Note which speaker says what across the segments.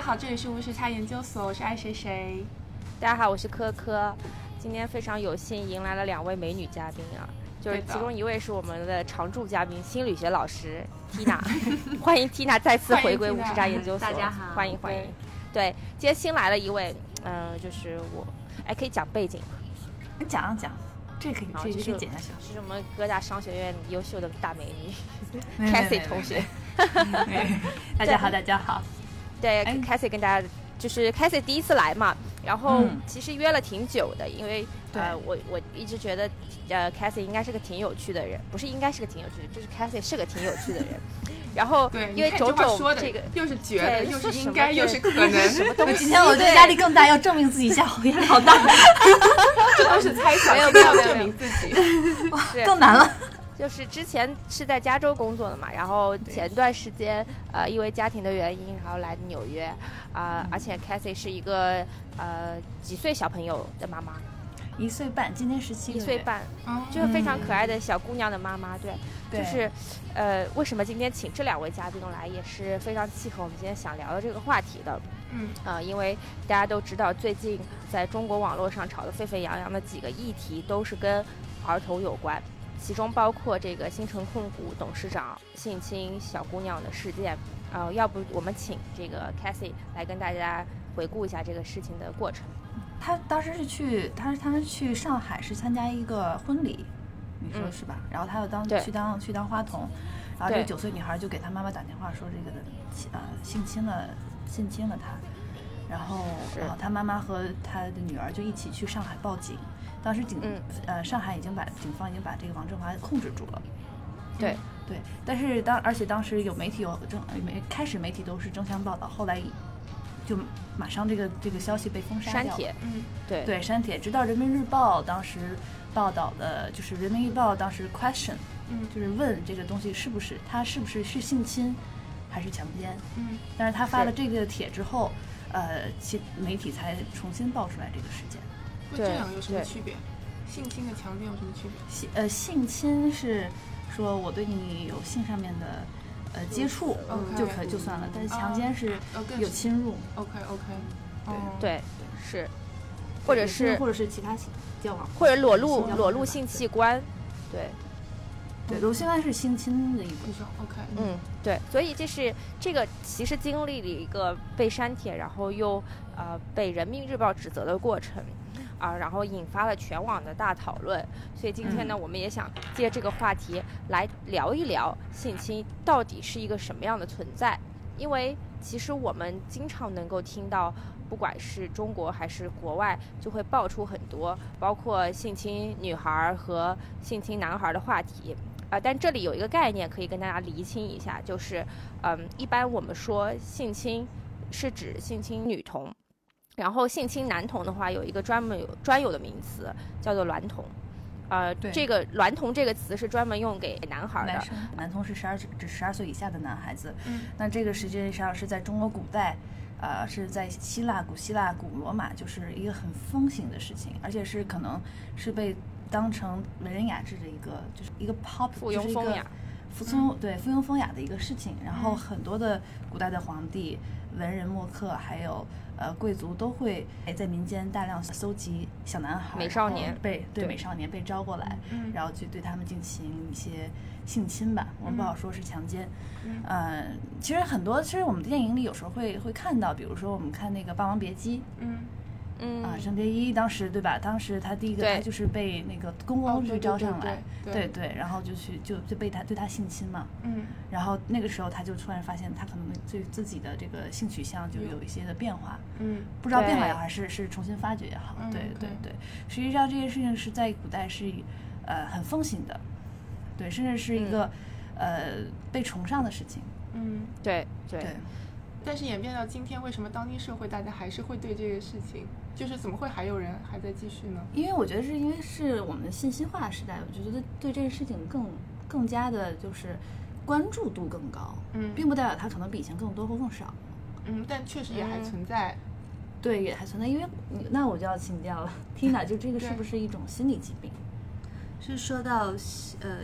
Speaker 1: 好，这里是无时差研究所，我是爱谁谁。
Speaker 2: 大家好，我是科科，今天非常有幸迎来了两位美女嘉宾啊，就是
Speaker 1: 对的
Speaker 2: 其中一位是我们的常驻嘉宾心理学老师 Tina，欢迎 Tina 再次回归
Speaker 1: 欢
Speaker 2: 五
Speaker 1: 迎
Speaker 2: 十
Speaker 1: Tina
Speaker 2: 渣研究所，
Speaker 3: 大家好
Speaker 2: 欢迎欢迎。对，今天新来了一位，嗯、就是我，哎，可以讲背景吗，
Speaker 3: 你讲讲，
Speaker 1: 这可以，
Speaker 2: 好
Speaker 1: 这
Speaker 2: 就
Speaker 1: 个可以
Speaker 2: 是
Speaker 1: 剪下 去。
Speaker 2: 是我们哥大商学院优秀的大美女
Speaker 3: 没有
Speaker 2: Cathy 同。学。
Speaker 3: 没有没有没有大家好，大家好。
Speaker 2: 对
Speaker 3: 哎
Speaker 2: ，Cathy 跟大家就是 Cathy 第一次来嘛，然后
Speaker 3: 嗯
Speaker 2: 其实约了挺久的，因为呃，
Speaker 3: 对
Speaker 2: 我我一直觉得呃 Cathy 应该是个挺有趣的人，不是应该是个挺有趣的，就是 Cathy 是个挺有趣 的人。然后
Speaker 1: 对，
Speaker 2: 因为
Speaker 1: 你看
Speaker 2: 种
Speaker 1: 这话
Speaker 2: 种
Speaker 1: 说的
Speaker 2: 这个。
Speaker 1: 又是觉得，
Speaker 2: 对，
Speaker 1: 又
Speaker 2: 说
Speaker 1: 是
Speaker 2: 什
Speaker 1: 应
Speaker 2: 么
Speaker 1: 该，又
Speaker 2: 对
Speaker 1: 是可 能，
Speaker 2: 什么东西？
Speaker 3: 今天我觉得
Speaker 2: 对
Speaker 3: 压力更大，要证明自己一下，我压力好大，
Speaker 1: 这都是猜想，
Speaker 2: 没有
Speaker 1: 不要
Speaker 2: 没有
Speaker 1: 证
Speaker 2: 没有
Speaker 1: 明自己。
Speaker 2: 对
Speaker 3: 更难了。
Speaker 2: 就是之前是在加州工作的嘛，然后前段时间呃因为家庭的原因，然后来纽约
Speaker 1: 嗯
Speaker 2: 啊、而且 Cathy 是一个呃几岁小朋友的妈妈，
Speaker 3: 一岁半，今天十七
Speaker 2: 一岁，半，
Speaker 1: 哦
Speaker 2: 就是非常可爱的小姑娘的妈妈，对，
Speaker 3: 对
Speaker 2: 就是，呃，为什么今天请这两位嘉宾来，也是非常契合我们今天想聊的这个话题的，
Speaker 1: 嗯，
Speaker 2: 啊、因为大家都知道，最近在中国网络上炒得沸沸扬扬的几个议题，都是跟儿童有关，其中包括这个新城控股董事长性侵小姑娘的事件，啊、要不我们请这个 Cathy 来跟大家回顾一下这个事情的过程。
Speaker 3: 他当时是去，他他是去上海是参加一个婚礼，你说
Speaker 2: 嗯
Speaker 3: 是吧？然后他又当
Speaker 2: 对
Speaker 3: 去当去当花童，然后这个
Speaker 2: 对
Speaker 3: 九岁女孩就给她妈妈打电话说这个呃性侵了性侵了她，然后
Speaker 2: 是
Speaker 3: 然后她妈妈和她的女儿就一起去上海报警，当时警、
Speaker 2: 嗯
Speaker 3: 呃上海已经把警方已经把这个王振华控制住了。
Speaker 2: 对，
Speaker 3: 对，但是当而且当时有媒体有争媒开始媒体都是争相报道，后来就马上这个这个消息被封杀
Speaker 2: 删
Speaker 3: 掉了。
Speaker 2: 帖，
Speaker 1: 嗯，
Speaker 2: 对，
Speaker 3: 对删帖，直到人民日报当时报道的，就是人民日报当时 question，
Speaker 1: 嗯
Speaker 3: 就是问这个东西是不是他是不是是性侵还是强奸，
Speaker 1: 嗯，
Speaker 3: 但是他发
Speaker 2: 对
Speaker 3: 了这个帖之后，呃，其媒体才重新爆出来这个事件。
Speaker 1: 那
Speaker 2: 对
Speaker 1: 这两个有什么
Speaker 2: 对
Speaker 1: 区别？性侵和强奸有什么区别？
Speaker 3: 性呃性侵是说我对你有性上面的呃接触
Speaker 2: 嗯
Speaker 1: OK
Speaker 3: 就可就算了，但是强
Speaker 2: 啊
Speaker 3: 奸是
Speaker 1: 哦，更
Speaker 3: 有侵入，
Speaker 1: OK OK，
Speaker 3: 对
Speaker 1: 哦
Speaker 2: 对，是，或者
Speaker 3: 有侵入
Speaker 2: 是嗯
Speaker 3: 或者是其他性交往，
Speaker 2: 或者裸露
Speaker 3: 性交
Speaker 2: 裸
Speaker 3: 往
Speaker 2: 露
Speaker 3: 对吧
Speaker 2: 性器官，对，
Speaker 3: 对，裸露性爱是性侵的一部分。
Speaker 1: 你说 OK，
Speaker 2: 嗯，对，所以这是这个其实经历了一个被删帖，然后又呃被人民日报指责的过程。啊，然后引发了全网的大讨论，所以今天呢，我们也想借这个话题来聊一聊性侵到底是一个什么样的存在，因为其实我们经常能够听到，不管是中国还是国外，就会爆出很多包括性侵女孩儿和性侵男孩儿的话题。啊，但这里有一个概念可以跟大家厘清一下，就是，嗯，一般我们说性侵是指性侵女童，然后性侵男童的话有一个专门有专有的名词叫做娈童，呃，
Speaker 3: 对
Speaker 2: 这个娈童这个词是专门用给男孩儿
Speaker 3: 男
Speaker 2: 的，
Speaker 3: 生，男童是十二至十二岁以下的男孩子。
Speaker 1: 嗯，
Speaker 3: 那这个实际上是在中国古代，呃，是在希腊、古希腊、古罗马，就是一个很风行的事情，而且是可能是被当成文人雅致的一个，就是一个啊 pop，
Speaker 2: 附庸风雅，嗯
Speaker 3: 服从对附庸风雅的一个事情。然后很多的古代的皇帝、文人墨客，还有呃贵族都会哎在民间大量搜集小男孩、
Speaker 2: 美少
Speaker 3: 然后
Speaker 2: 年
Speaker 3: 被对
Speaker 2: 对
Speaker 3: 美少年被招过来，
Speaker 1: 嗯
Speaker 3: 然后去对他们进行一些性侵吧，我们不好说是强奸。
Speaker 1: 嗯
Speaker 3: 呃，其实很多，其实我们电影里有时候会会看到，比如说我们看那个《霸王别姬》
Speaker 1: 嗯，
Speaker 2: 嗯，
Speaker 3: 啊，郑洁一当时对吧？当时他第一个
Speaker 2: 对
Speaker 3: 他就是被那个公
Speaker 1: 哦
Speaker 3: 公
Speaker 1: 对
Speaker 3: 去
Speaker 1: 对
Speaker 3: 招
Speaker 1: 对
Speaker 3: 上
Speaker 1: 对
Speaker 3: 来，
Speaker 1: 对
Speaker 3: 对对，然后就去就就被他对他性侵嘛。
Speaker 1: 嗯
Speaker 3: 然后那个时候他就突然发现他可能对自己的这个性取向就有一些的变化，
Speaker 1: 嗯
Speaker 3: 不知道变化也
Speaker 2: 对
Speaker 3: 好，还是是重新发掘也好
Speaker 1: 嗯，
Speaker 3: 对
Speaker 1: 对
Speaker 3: 对对。实际上这件事情是在古代是以呃很风行的，对，甚至是一个、呃被崇尚的事情，
Speaker 1: 嗯。
Speaker 2: 对对
Speaker 3: 对。
Speaker 1: 但是演变到今天，为什么当今社会大家还是会对这个事情，就是怎么会还有人还在继续呢？
Speaker 3: 因为我觉得是因为是我们信息化时代，我就觉得对这件事情更更加的就是关注度更高，
Speaker 1: 嗯
Speaker 3: 并不代表它可能比以前更多或更少。
Speaker 1: 嗯，但确实也还
Speaker 2: 嗯
Speaker 1: 存在。
Speaker 3: 对，也还存在，因为你那我就要请教 了，Tina，就这个是不是一种心理疾病？
Speaker 4: 是说到呃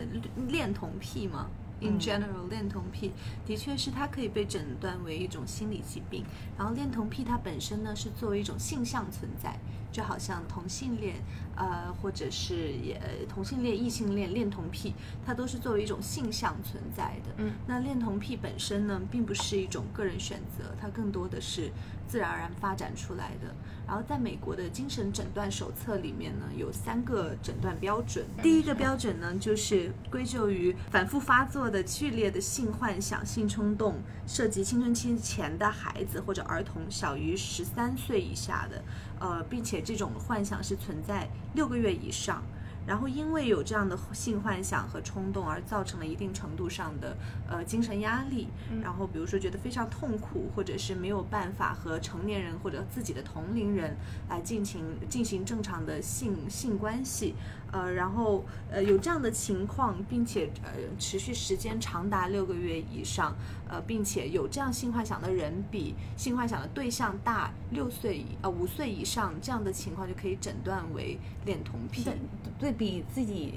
Speaker 4: 恋童癖吗？ in
Speaker 2: 嗯
Speaker 4: general，、恋童癖的确是它可以被诊断为一种心理疾病。然后恋童癖它本身呢是作为一种性向存在，就好像同性恋，呃，或者是呃同性恋、异性恋、恋童癖，它都是作为一种性向存在的。
Speaker 1: 嗯，
Speaker 4: 那恋童癖本身呢，并不是一种个人选择，它更多的是自然而然发展出来的。然后在美国的精神诊断手册里面呢，有三个诊断标准。第一个标准呢，就是归咎于反复发作的剧烈的性幻想、性冲动，涉及青春期前的孩子或者儿童小于十三岁以下的，呃，并且这种幻想是存在六个月以上。然后因为有这样的性幻想和冲动，而造成了一定程度上的呃精神压力，
Speaker 1: 嗯
Speaker 4: 然后比如说觉得非常痛苦，或者是没有办法和成年人或者自己的同龄人来进行进行正常的性性关系，呃，然后呃有这样的情况，并且呃持续时间长达六个月以上，呃，并且有这样性幻想的人比性幻想的对象大六岁以呃五岁以上，这样的情况就可以诊断为恋童癖。
Speaker 3: 对对比自己，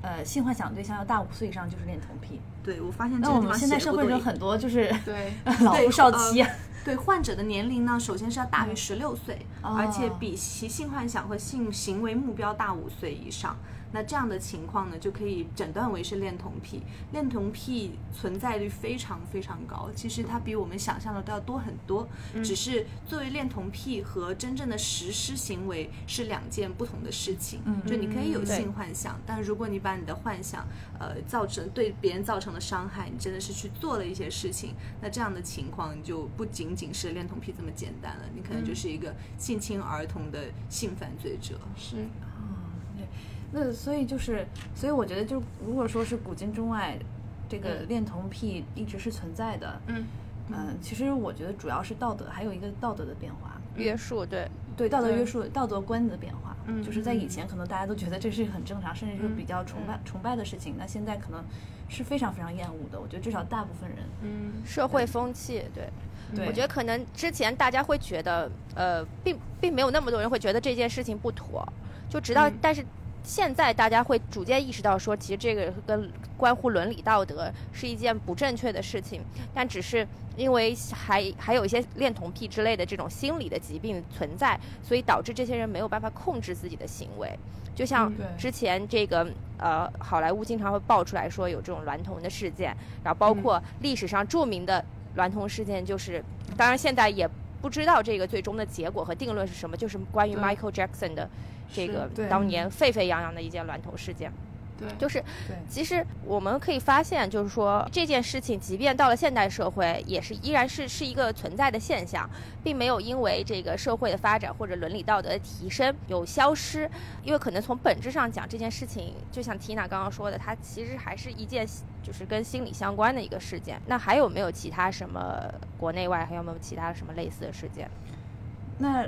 Speaker 3: 呃，性幻想对象要大五岁以上就是恋童癖。
Speaker 4: 对，我发现这
Speaker 3: 那
Speaker 4: 个
Speaker 3: 我
Speaker 4: 地方
Speaker 3: 们现在
Speaker 4: 写得
Speaker 3: 社
Speaker 4: 不
Speaker 3: 会
Speaker 4: 对
Speaker 3: 人很多就是
Speaker 1: 对
Speaker 3: 老
Speaker 4: 对呃
Speaker 3: 夫少妻啊，
Speaker 4: 对患者的年龄呢，首先是要大于十六岁，
Speaker 3: 嗯哦
Speaker 4: 而且比其性幻想和性行为目标大五岁以上。那这样的情况呢，就可以诊断为是恋童癖。恋童癖存在率非常非常高，其实它比我们想象的都要多很多。
Speaker 3: 嗯
Speaker 4: 只是作为恋童癖和真正的实施行为是两件不同的事情。
Speaker 3: 嗯
Speaker 4: 就你可以有
Speaker 2: 嗯对
Speaker 4: 性幻想，但如果你把你的幻想，呃，造成对别人造成的伤害，你真的是去做了一些事情，那这样的情况就不仅仅是恋童癖这么简单了，你可能就是一个性侵儿童的性犯罪者。
Speaker 1: 是
Speaker 3: 嗯对，那所以就是，所以我觉得就是，如果说是古今中外，这个恋童癖一直是存在的。
Speaker 1: 嗯
Speaker 3: 嗯，其实我觉得主要是道德，还有一个道德的变化，
Speaker 2: 约束对，
Speaker 3: 对道德
Speaker 1: 嗯对
Speaker 3: 约束、道德观的变化。
Speaker 1: 嗯
Speaker 3: 就是在以前可能大家都觉得这是很正常，甚至是
Speaker 1: 嗯
Speaker 3: 比较崇拜、崇拜的事情，那现在可能是非常非常厌恶的。我觉得至少大部分人，
Speaker 1: 嗯
Speaker 2: 社会风气对。
Speaker 3: 对，
Speaker 2: 我觉得可能之前大家会觉得，呃，并并没有那么多人会觉得这件事情不妥，就直到、
Speaker 1: 嗯
Speaker 2: 但是现在大家会逐渐意识到说，其实这个跟关乎伦理道德是一件不正确的事情，但只是因为还还有一些恋童癖之类的这种心理的疾病存在，所以导致这些人没有办法控制自己的行为，就像
Speaker 1: 嗯
Speaker 3: 对
Speaker 2: 之前这个呃好莱坞经常会爆出来说有这种娈童的事件，然后包括历史上著名的娈童事件，就是、当然现在也不知道这个最终的结果和定论是什么，就是关于
Speaker 1: 对
Speaker 2: Michael Jackson 的这
Speaker 1: 是
Speaker 2: 个
Speaker 1: 对
Speaker 2: 当年沸沸扬扬的一件娈童事件。
Speaker 1: 对，
Speaker 2: 就是
Speaker 3: 对，
Speaker 2: 其实我们可以发现，就是说这件事情，即便到了现代社会，也是依然是是一个存在的现象，并没有因为这个社会的发展或者伦理道德的提升有消失，因为可能从本质上讲，这件事情就像缇娜刚刚说的，它其实还是一件就是跟心理相关的一个事件。那还有没有其他什么国内外还有没有其他什么类似的事件？
Speaker 3: 那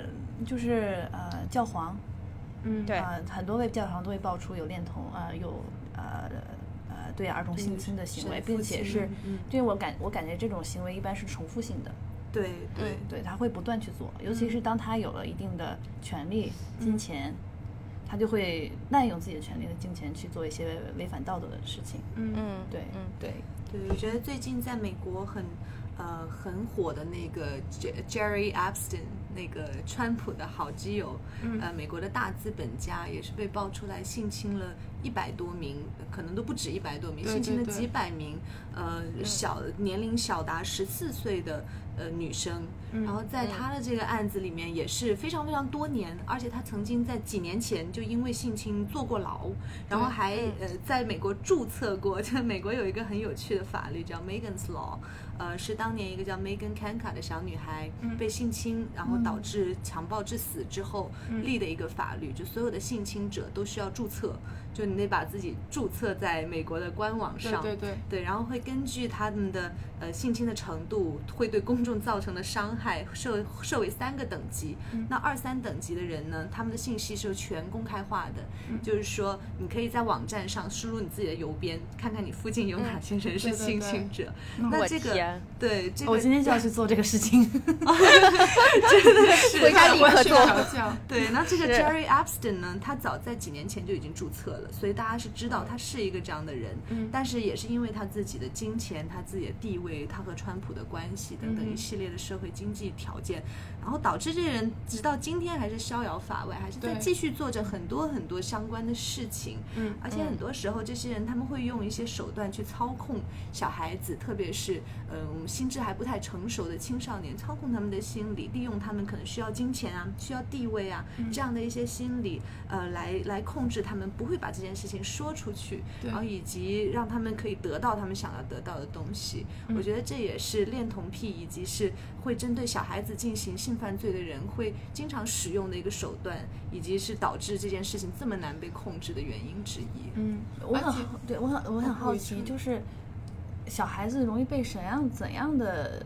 Speaker 3: 就是呃，教皇，
Speaker 1: 嗯
Speaker 2: 对
Speaker 3: 呃，很多位教堂都会爆出有恋童，呃，有呃呃对儿童性侵的行为，
Speaker 4: 对
Speaker 3: 并且
Speaker 4: 父亲
Speaker 3: 是
Speaker 4: 嗯
Speaker 3: 对我感我感觉这种行为一般是重复性的，
Speaker 4: 对对，
Speaker 3: 对他会不断去做，尤其
Speaker 4: 嗯
Speaker 3: 是当他有了一定的权利、金钱，他就会滥用自己的权利和金钱去做一些违反道德的事情。
Speaker 1: 嗯
Speaker 2: 嗯，
Speaker 3: 对，
Speaker 2: 嗯。
Speaker 3: 对，
Speaker 4: 对，我觉得最近在美国很呃很火的那个 Jer- Jerry Epstein，那个川普的好基友，
Speaker 1: 嗯
Speaker 4: 呃，美国的大资本家也是被爆出来性侵了一百多名，可能都不止一百多名，
Speaker 1: 对
Speaker 4: 性侵了
Speaker 1: 对对
Speaker 4: 几百名，呃，小年龄小达十四岁的呃女生。
Speaker 1: 嗯
Speaker 4: 然后在他的这个案子里面也是非常非常多年，而且他曾经在几年前就因为性侵坐过牢，然后还
Speaker 1: 嗯
Speaker 4: 呃在美国注册过， 就是美国有一个很有趣的法律叫 Megan's Law，呃是当年一个叫 Megan Kanka 的小女孩
Speaker 1: 嗯
Speaker 4: 被性侵，然后导致强暴致死之后
Speaker 1: 嗯
Speaker 4: 立的一个法律，就所有的性侵者都需要注册，就你得把自己注册在美国的官网
Speaker 1: 对
Speaker 4: 上，
Speaker 1: 对对，
Speaker 4: 对，然后会根据他们的呃性侵的程度，会对公众造成的伤害设设为三个等级。
Speaker 1: 嗯
Speaker 4: 那二三等级的人呢，他们的信息是全公开化的，
Speaker 1: 嗯
Speaker 4: 就是说你可以在网站上输入你自己的邮编，看看你附近有哪些人是
Speaker 1: 嗯对对
Speaker 4: 性
Speaker 1: 对哦
Speaker 4: 侵者。
Speaker 2: 我
Speaker 4: 那这个
Speaker 2: 天，
Speaker 4: 对这个
Speaker 3: 我今 天就要去做这个事情。
Speaker 2: 回家立刻
Speaker 1: 我睡
Speaker 2: 做。
Speaker 1: 着觉，
Speaker 4: 对，那这个
Speaker 2: 是
Speaker 4: Jerry Epstein 呢，他早在几年前就已经注册了，了，所以大家是知道他是一个这样的人。
Speaker 1: 嗯
Speaker 4: 但是也是因为他自己的金钱、他自己的地位、他和川普的关系等等
Speaker 1: 嗯哼
Speaker 4: 一系列的社会经济条件，然后导致这个人直到今天还是逍遥法外，还是在
Speaker 1: 对
Speaker 4: 继续做着很多很多相关的事情。
Speaker 1: 嗯
Speaker 4: 而且很多时候这些人他们会用一些手段去操控小孩子，特别是嗯心智还不太成熟的青少年，操控他们的心理，利用他们可能需要金钱啊、需要地位啊、
Speaker 1: 嗯
Speaker 4: 这样的一些心理，呃，来来控制他们不会把这件事情说出去，
Speaker 1: 对
Speaker 4: 然后以及让他们可以得到他们想要得到的东西。
Speaker 1: 嗯
Speaker 4: 我觉得这也是恋童癖以及是会针对小孩子进行性犯罪的人会经常使用的一个手段，以及是导致这件事情这么难被控制的原因之一。
Speaker 1: 嗯，
Speaker 3: 我
Speaker 1: 而
Speaker 3: 很
Speaker 1: 且
Speaker 3: 好对我很我很好奇，就是小孩子容易被怎样怎样的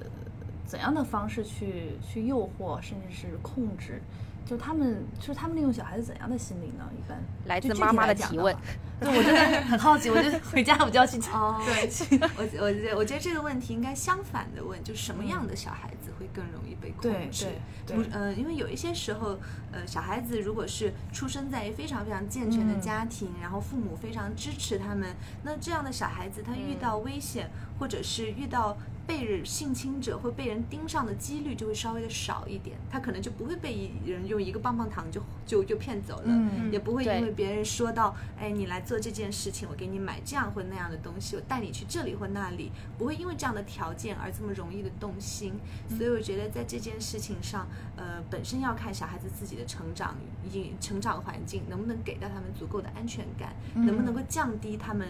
Speaker 3: 怎样的方式去去诱惑，甚至是控制。就他们，就是他们利用小孩子怎样的心理呢？一般
Speaker 2: 来
Speaker 3: 就
Speaker 2: 自
Speaker 3: 具
Speaker 2: 妈
Speaker 3: 体
Speaker 2: 妈
Speaker 3: 来
Speaker 2: 的
Speaker 3: 讲
Speaker 2: 提
Speaker 3: 话
Speaker 2: 问，
Speaker 3: 对我真的很好奇，我 就回家我就要去查。
Speaker 4: 哦，
Speaker 1: 对，
Speaker 4: 我我觉得我觉得这个问题应该相反的问，就是什么样的小孩子会更容易被控
Speaker 3: 对
Speaker 4: 制？
Speaker 3: 对
Speaker 4: 不
Speaker 3: 对，
Speaker 4: 呃，因为有一些时候，呃，小孩子如果是出生在非常非常健全的
Speaker 3: 嗯
Speaker 4: 家庭，然后父母非常支持他们，那这样的小孩子他遇
Speaker 2: 嗯
Speaker 4: 到危险、或者是遇到被人性侵者或被人盯上的几率就会稍微的少一点，他可能就不会被一人用一个棒棒糖就就就骗走了。
Speaker 3: 嗯
Speaker 4: 也不会因
Speaker 2: 对
Speaker 4: 为别人说到，哎，你来做这件事情，我给你买这样或那样的东西，我带你去这里或那里，不会因为这样的条件而这么容易的动心。所以我觉得在这件事情上，呃，本身要看小孩子自己的成长以成长环境能不能给到他们足够的安全感，
Speaker 3: 嗯
Speaker 4: 能不能够降低他们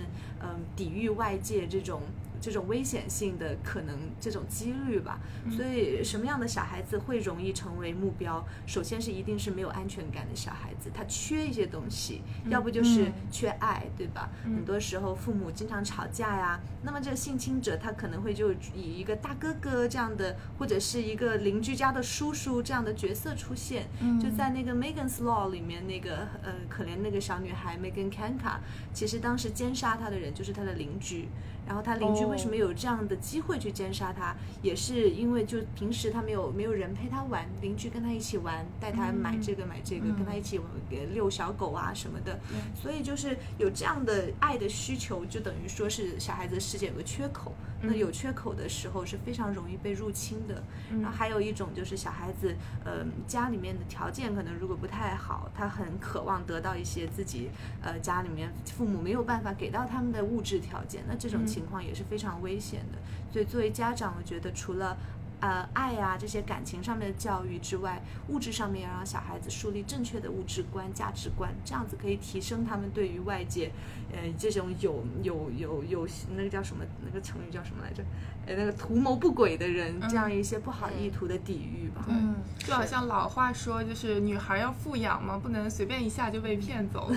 Speaker 4: 嗯、抵御外界这种。这种危险性的可能，这种几率吧。
Speaker 3: 嗯
Speaker 4: 所以，什么样的小孩子会容易成为目标？首先是一定是没有安全感的小孩子，他缺一些东西，要不就是
Speaker 3: 嗯
Speaker 4: 缺爱，对吧？
Speaker 1: 嗯
Speaker 4: 很多时候父母经常吵架呀，那么这个性侵者他可能会就以一个大哥哥这样的，或者是一个邻居家的叔叔这样的角色出现。就在那个 Megan's Law 里面，那个呃可怜那个小女孩 Megan Kanka，其实当时奸杀她的人就是她的邻居。然后她邻居为什么有这样的机会去奸杀她，也是因为就平时她没有没有人陪她玩，邻居跟她一起玩，带她买这个买这个，跟她一起玩呃遛小狗啊什么的。所以就是有这样的爱的需求，就等于说是小孩子的世界有个缺口。那有缺口的时候是非常容易被入侵的。然后还有一种就是小孩子，呃，家里面的条件可能如果不太好，他很渴望得到一些自己呃家里面父母没有办法给到他们的物质条件，那这种
Speaker 1: 嗯
Speaker 4: 情况也是非常危险的。所以作为家长，我觉得除了呃，爱啊，这些感情上面的教育之外，物质上面要让小孩子树立正确的物质观、价值观，这样子可以提升他们对于外界，呃，这种有有有有那个叫什么那个成语叫什么来着？呃，那个图谋不轨的人，
Speaker 1: 嗯
Speaker 4: 这样一些不好意图的抵御吧。
Speaker 3: 嗯，
Speaker 1: 就好像老话说，就是女孩要富养嘛，不能随便一下就被骗走 了。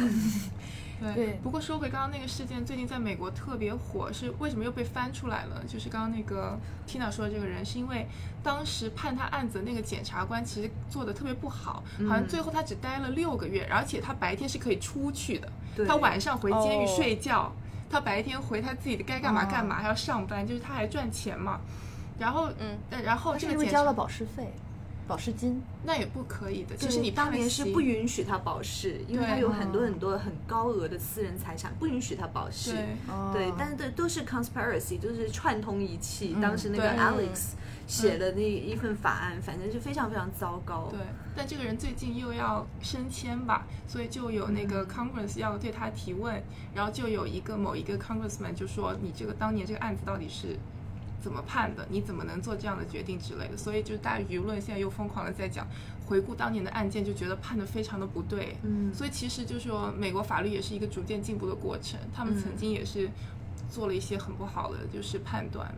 Speaker 3: 对
Speaker 1: 不过说回刚刚那个事件，最近在美国特别火，是为什么又被翻出来了？就是刚刚那个 Tina 说的这个人，是因为当时判他案子的那个检察官其实做的特别不好，好
Speaker 3: 嗯
Speaker 1: 像最后他只待了六个月，而且他白天是可以出去的，
Speaker 4: 对
Speaker 1: 他晚上回监狱
Speaker 2: 哦
Speaker 1: 睡觉，他白天回他自己的该干嘛干
Speaker 3: 哦
Speaker 1: 嘛，还要上班，就是他还赚钱嘛。然后，
Speaker 2: 嗯
Speaker 1: 呃，然后
Speaker 3: 他
Speaker 1: 这
Speaker 3: 是
Speaker 1: 个
Speaker 3: 不是
Speaker 1: 检
Speaker 3: 交
Speaker 1: 察
Speaker 3: 了保释费、保释金？
Speaker 1: 那也不可以的，其实
Speaker 4: 对
Speaker 1: 你
Speaker 4: 当
Speaker 1: 判
Speaker 4: 年是
Speaker 1: 刑
Speaker 4: 不允许他保释，因为
Speaker 1: 对嗯
Speaker 4: 他有很多
Speaker 3: 哦
Speaker 4: 很多很高额的私人财产，不允许嗯他保释。
Speaker 1: 对。
Speaker 4: 对
Speaker 3: 哦，
Speaker 4: 但是对都是 conspiracy，就是串通一气。
Speaker 3: 嗯
Speaker 4: 当时那个
Speaker 1: 对
Speaker 4: Alex 写的那一份法案，反正是非常非常糟糕。
Speaker 1: 对，但这个人最近又要升迁吧，所以就有那个
Speaker 4: 嗯
Speaker 1: Congress 要对他提问，然后就有一个某一个 Congressman 就说你这个当年这个案子到底是怎么判的，你怎么能做这样的决定之类的，所以就是大家舆论现在又疯狂的在讲，回顾当年的案件就觉得判的非常的不对，
Speaker 4: 嗯，
Speaker 1: 所以其实就是说美国法律也是一个逐渐进步的过程，他们
Speaker 4: 嗯
Speaker 1: 曾经也是做了一些很不好的就是判断，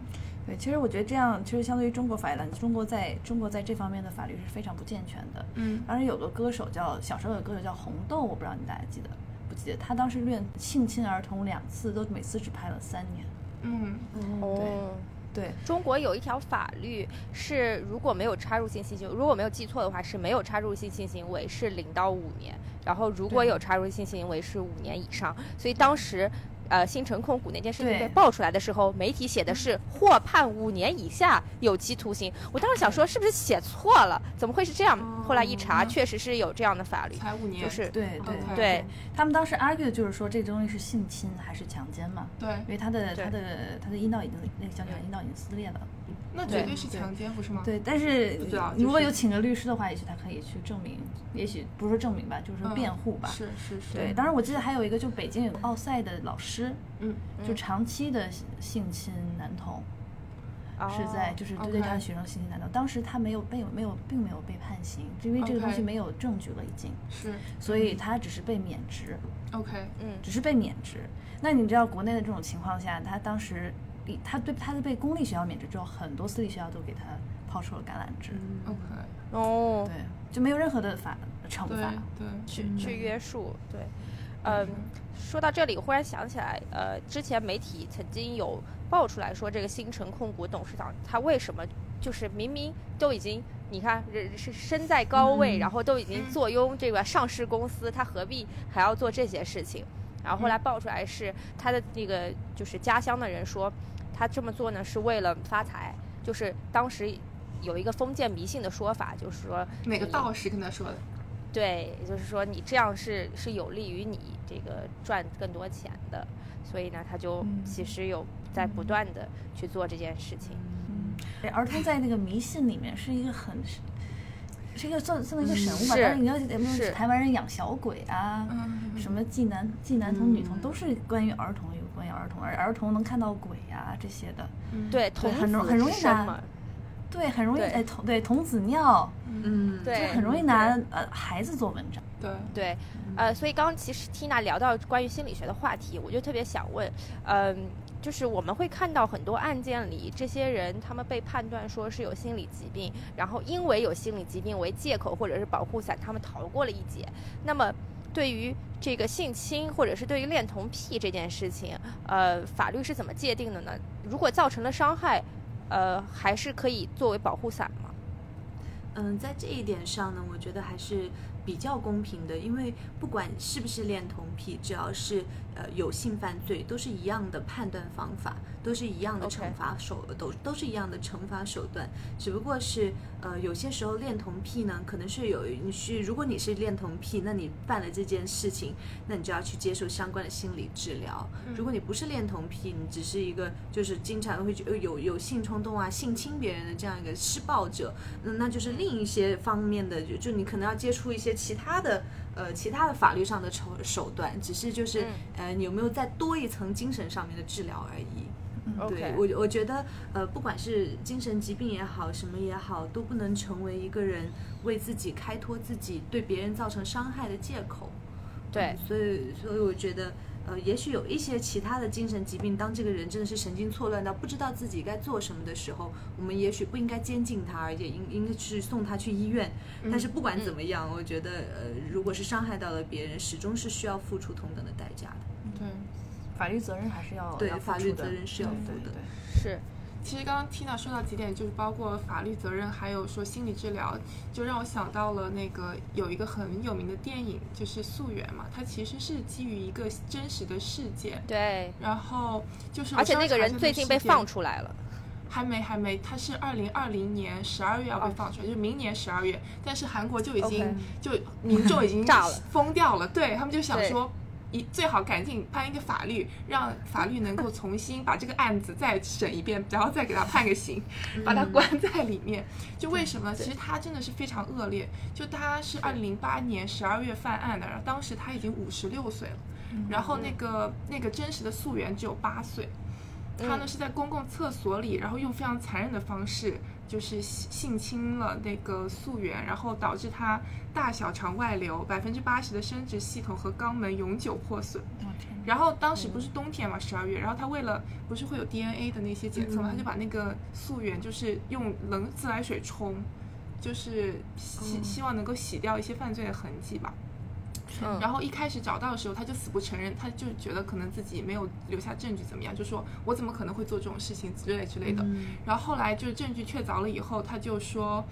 Speaker 3: 对，其实我觉得这样，其实相对于中国法律来讲，中国在中国在这方面的法律是非常不健全的。
Speaker 1: 嗯
Speaker 3: 当时有个歌手叫小时候有个歌手叫红豆，我不知道你大家记得不记得？他当时恋性侵儿童两次，都每次只判了三年。
Speaker 1: 嗯
Speaker 2: 哦。
Speaker 3: 对，
Speaker 2: 中国有一条法律是，如果没有插入性性行为，如果没有记错的话，是没有插入性性行为
Speaker 3: 嗯
Speaker 2: 是零到五年，然后如果有插入性行为是五年以上。所以当时呃新城控股那件事情
Speaker 3: 对
Speaker 2: 被爆出来的时候，媒体写的是获判五年以下有期徒刑，我当时想说是不是写错了？怎么会是这样？后来一查，确实是有这样的法律，
Speaker 1: 才五年，
Speaker 2: 就是
Speaker 3: 对对
Speaker 1: OK
Speaker 2: 对
Speaker 3: 他们当时 argue 就是说这东西是性侵还是强奸嘛，
Speaker 1: 对
Speaker 3: 因，为他的
Speaker 2: 对
Speaker 3: 他的他的阴道已经那个小女孩阴道已经撕裂了。
Speaker 1: 那绝
Speaker 2: 对
Speaker 1: 对是强奸，不是吗？
Speaker 3: 对，但是
Speaker 1: 不知道
Speaker 3: 如果
Speaker 1: 就是
Speaker 3: 有请个律师的话，也许他可以去证明，也许不是说证明吧，就是说
Speaker 1: 嗯
Speaker 3: 辩护吧。
Speaker 1: 是是是，
Speaker 3: 对，当然我记得还有一个，就北京有个奥赛的老师，
Speaker 1: 嗯，
Speaker 3: 就长期的性侵男童，是
Speaker 2: 哦
Speaker 3: 在就是对对
Speaker 1: OK
Speaker 3: 他的学生性侵男童。当时他没有被没有并没有被判刑，因为这个东西
Speaker 1: OK
Speaker 3: 没有证据了已经，
Speaker 1: 是
Speaker 3: 所以他只是被免职。
Speaker 1: OK，
Speaker 3: 只是被免职。那你知道国内的这种情况下，他当时一他对他被公立学校免职之后，很多私立学校都给他抛出了橄榄枝，
Speaker 4: 嗯
Speaker 1: OK，
Speaker 2: 哦哦
Speaker 3: 对，就没有任何的法惩
Speaker 1: 对
Speaker 3: 罚。
Speaker 1: 对，
Speaker 2: 去去约束，对，嗯
Speaker 1: 嗯，
Speaker 2: 说到这里，我忽然想起来，呃，之前媒体曾经有爆出来说，这个新城控股董事长他为什么就是明明都已经，你看人是身在高位，
Speaker 1: 嗯
Speaker 2: 然后都已经坐拥这个上市公司，他何必还要做这些事情？然后后来
Speaker 1: 嗯
Speaker 2: 爆出来是他的那个就是家乡的人说，他这么做呢是为了发财，就是当时有一个封建迷信的说法，就是说
Speaker 1: 哪个
Speaker 2: 你
Speaker 1: 道士跟他说的？
Speaker 2: 对，也就是说你这样是是有利于你这个赚更多钱的，所以呢，他就
Speaker 3: 嗯
Speaker 2: 其实有在不断的去做这件事情。
Speaker 3: 嗯对儿童在那个迷信里面是一个很。是一个算算一个神物吧，
Speaker 2: 是
Speaker 3: 但是你要有没
Speaker 2: 是
Speaker 3: 有台湾人养小鬼啊，
Speaker 1: 嗯，
Speaker 3: 什么妓男妓男童女童
Speaker 4: 嗯
Speaker 3: 都是关于儿童有关于儿童，而儿童能看到鬼啊这些的，
Speaker 1: 嗯，
Speaker 2: 对，童
Speaker 3: 很容
Speaker 2: 子
Speaker 3: 很容
Speaker 2: 之
Speaker 3: 易
Speaker 2: 身
Speaker 3: 拿
Speaker 2: 嘛，
Speaker 3: 对，很容易
Speaker 2: 对
Speaker 3: 哎童对童子尿，
Speaker 4: 嗯，
Speaker 2: 对
Speaker 3: 很容易拿呃孩子做文章。
Speaker 1: 对，
Speaker 2: 对，呃，所以刚刚其实 Tina 聊到关于心理学的话题，我就特别想问，嗯、就是我们会看到很多案件里，这些人他们被判断说是有心理疾病，然后因为有心理疾病为借口或者是保护伞，他们逃过了一劫。那么对于这个性侵或者是对于恋童癖这件事情，呃，法律是怎么界定的呢？如果造成了伤害，呃，还是可以作为保护伞吗？
Speaker 4: 嗯，在这一点上呢，我觉得还是比较公平的，因为不管是不是恋童癖，只要是呃有性犯罪，都是一样的判断方法，都是一样的
Speaker 2: OK
Speaker 4: 惩罚手都都是一样的惩罚手段，只不过是呃有些时候恋童癖呢，可能是有你是如果你是恋童癖，那你犯了这件事情，那你就要去接受相关的心理治疗。如果你不是恋童癖，你只是一个就是经常会觉呃有有性冲动啊、性侵别人的这样一个施暴者，那那就是另一些方面的，就就你可能要接触一些其他的呃其他的法律上的手手段，只是就是、呃你有没有再多一层精神上面的治疗而已。对
Speaker 2: OK
Speaker 4: 我，我觉得，呃，不管是精神疾病也好，什么也好，都不能成为一个人为自己开脱自己对别人造成伤害的借口。
Speaker 2: 对，
Speaker 4: 所以，所以我觉得，呃，也许有一些其他的精神疾病，当这个人真的是神经错乱到不知道自己该做什么的时候，我们也许不应该监禁他，而且应应该去送他去医院。但是不管怎么样，我觉得，呃，如果是伤害到了别人，始终是需要付出同等的代价的。
Speaker 1: 对。
Speaker 3: 法律责任还是要
Speaker 4: 对
Speaker 3: 要付
Speaker 4: 法律
Speaker 3: 出的
Speaker 4: 责任是要
Speaker 3: 对
Speaker 4: 负
Speaker 3: 对
Speaker 4: 的
Speaker 3: 对
Speaker 2: 是，
Speaker 1: 其实刚刚 Tina 说到几点，就是包括法律责任，还有说心理治疗，就让我想到了那个有一个很有名的电影，就是《溯源》嘛，它其实是基于一个真实的事件，
Speaker 2: 对，
Speaker 1: 然后就是我
Speaker 2: 而且
Speaker 1: 上
Speaker 2: 那个
Speaker 1: 查
Speaker 2: 人
Speaker 1: 这
Speaker 2: 最近被
Speaker 1: 事件
Speaker 2: 放出来了。
Speaker 1: 还没，还没，它是二零二零年十二月要被放出来，就是明年十二月。但是韩国就已经
Speaker 2: 哦 OK
Speaker 1: 就民众已经
Speaker 2: 炸了
Speaker 1: 疯掉了，对他们就想
Speaker 2: 对
Speaker 1: 说，一最好赶紧颁一个法律，让法律能 够重新把这个案子再审一遍，然后再给他判个刑，
Speaker 2: 嗯
Speaker 1: 把他关在里面。就为什么呢？其实他真的是非常恶劣，就他是二零零八年十二月犯案的，然后当时他已经五十六岁了，然后那个那个真实的溯源只有八岁。他呢
Speaker 2: 嗯
Speaker 1: 是在公共厕所里，然后用非常残忍的方式，就是性性侵了那个溯源，然后导致他大小肠外流，百分之八十的生殖系统和肛门永久破损。
Speaker 3: 我天哪
Speaker 1: 然后当时不是冬天嘛，十二月，然后他为了不是会有 DNA 的那些检测嘛，他就把那个溯源就是用冷自来水冲，就是希希望能够洗掉一些犯罪的痕迹吧。
Speaker 2: 嗯，
Speaker 1: 然后一开始找到的时候，他就死不承认，他就觉得可能自己没有留下证据怎么样，就说我怎么可能会做这种事情之类之类的。然后后来就是证据确凿了以后，他就说，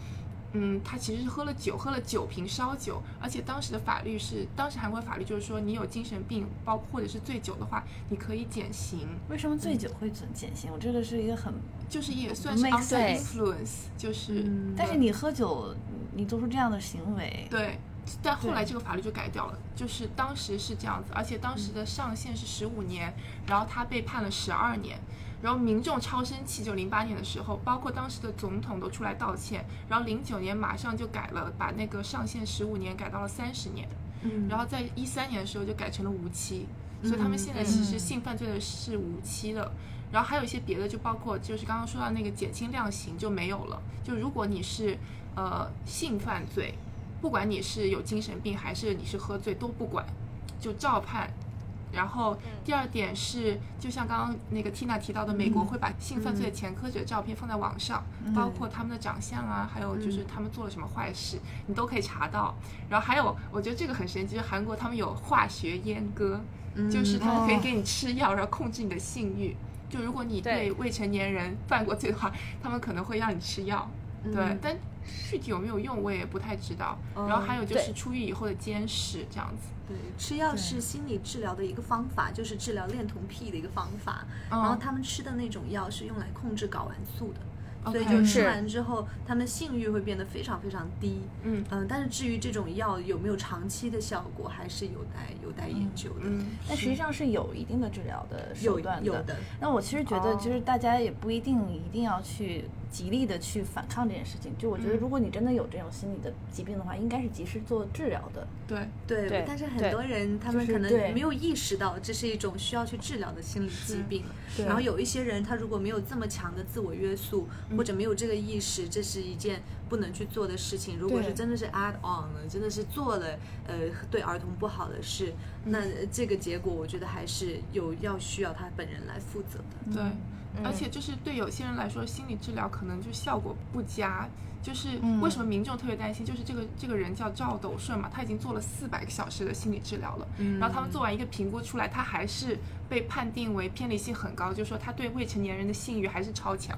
Speaker 1: 嗯，他其实是喝了酒，喝了九瓶烧酒，而且当时的法律是，当时韩国法律就是说，你有精神病，包或者是醉酒的话，你可以减刑，
Speaker 3: 为什么醉酒会减减刑？我这个是一个很，
Speaker 1: 就是也算是
Speaker 3: Makes
Speaker 1: under
Speaker 2: sense
Speaker 1: influence，就是、
Speaker 4: 嗯
Speaker 3: 但是你喝酒，你做出这样的行为，
Speaker 1: 对。但后来
Speaker 3: 对
Speaker 1: 这个法律就改掉了，就是当时是这样子，而且当时的上限是十五年，然后他被判了十二年，然后民众超生气，就零八年的时候，包括当时的总统都出来道歉，然后零九年马上就改了，把那个上限十五年改到了三十年，
Speaker 4: 嗯
Speaker 1: 然后在一三年的时候就改成了无期，所以他们现在其实性犯罪的是无期的。然后还有一些别的，就包括就是刚刚说到那个减轻量刑就没有了。就如果你是呃性犯罪，不管你是有精神病还是你是喝醉都不管，就照判。然后第二点是，就像刚刚那个 Tina 提到的，美国会把性犯罪的前科者照片放在网上，包括他们的长相啊，还有就是他们做了什么坏事，你都可以查到。然后还有，我觉得这个很神奇，就是韩国他们有化学阉割，
Speaker 4: 嗯
Speaker 1: 就是他们可以给你吃药，然后控制你的性欲。就如果你对
Speaker 2: 对
Speaker 1: 未成年人犯过罪的话，他们可能会让你吃药。
Speaker 4: 嗯
Speaker 1: 对，但具体有没有用我也不太知道。
Speaker 4: 哦
Speaker 1: 然后还有就是
Speaker 2: 对
Speaker 1: 出狱以后的监视这样子。
Speaker 4: 对，吃药
Speaker 3: 对
Speaker 4: 是心理治疗的一个方法，就是治疗恋童癖的一个方法。
Speaker 1: 嗯
Speaker 4: 然后他们吃的那种药是用来控制睾丸素的。所以
Speaker 1: OK
Speaker 4: 就是吃完之后，他们的性欲会变得非常非常低。
Speaker 1: 嗯
Speaker 4: 嗯、但是至于这种药有没有长期的效果，还是有待有待研究的。
Speaker 1: 嗯，
Speaker 3: 但实际上是有一定的治疗的手
Speaker 4: 有
Speaker 3: 段
Speaker 4: 有的，
Speaker 3: 那我其实觉得，
Speaker 1: 哦
Speaker 3: 就是大家也不一定一定要去极力的去反抗这件事情。就我觉得，
Speaker 1: 嗯
Speaker 3: 如果你真的有这种心理的疾病的话，应该是及时做治疗的。
Speaker 1: 对，
Speaker 4: 对，
Speaker 2: 对
Speaker 4: 但是很
Speaker 2: 对
Speaker 4: 多人他们
Speaker 3: 就是
Speaker 4: 可能
Speaker 3: 对
Speaker 4: 没有意识到这是一种需要去治疗的心理疾
Speaker 1: 是
Speaker 4: 病，
Speaker 3: 对嗯
Speaker 4: 然后有一些人他如果没有这么强的自我约束，或者没有这个意识，这是一件不能去做的事情。如果
Speaker 3: 对
Speaker 4: 是真的是 add on 了，真的是做了呃对儿童不好的事，
Speaker 3: 嗯
Speaker 4: 那这个结果我觉得还是有要需要他本人来负责的。
Speaker 1: 对，
Speaker 2: 嗯
Speaker 1: 而且就是对有些人来说，心理治疗可能就效果不佳。就是
Speaker 3: 嗯
Speaker 1: 为什么民众特别担心，就是这个这个人叫赵斗顺嘛，他已经做了四百个小时的心理治疗了，然后他们做完一个评估出来，他还是被判定为偏离性很高，就是说他对未成年人的性欲还是超强。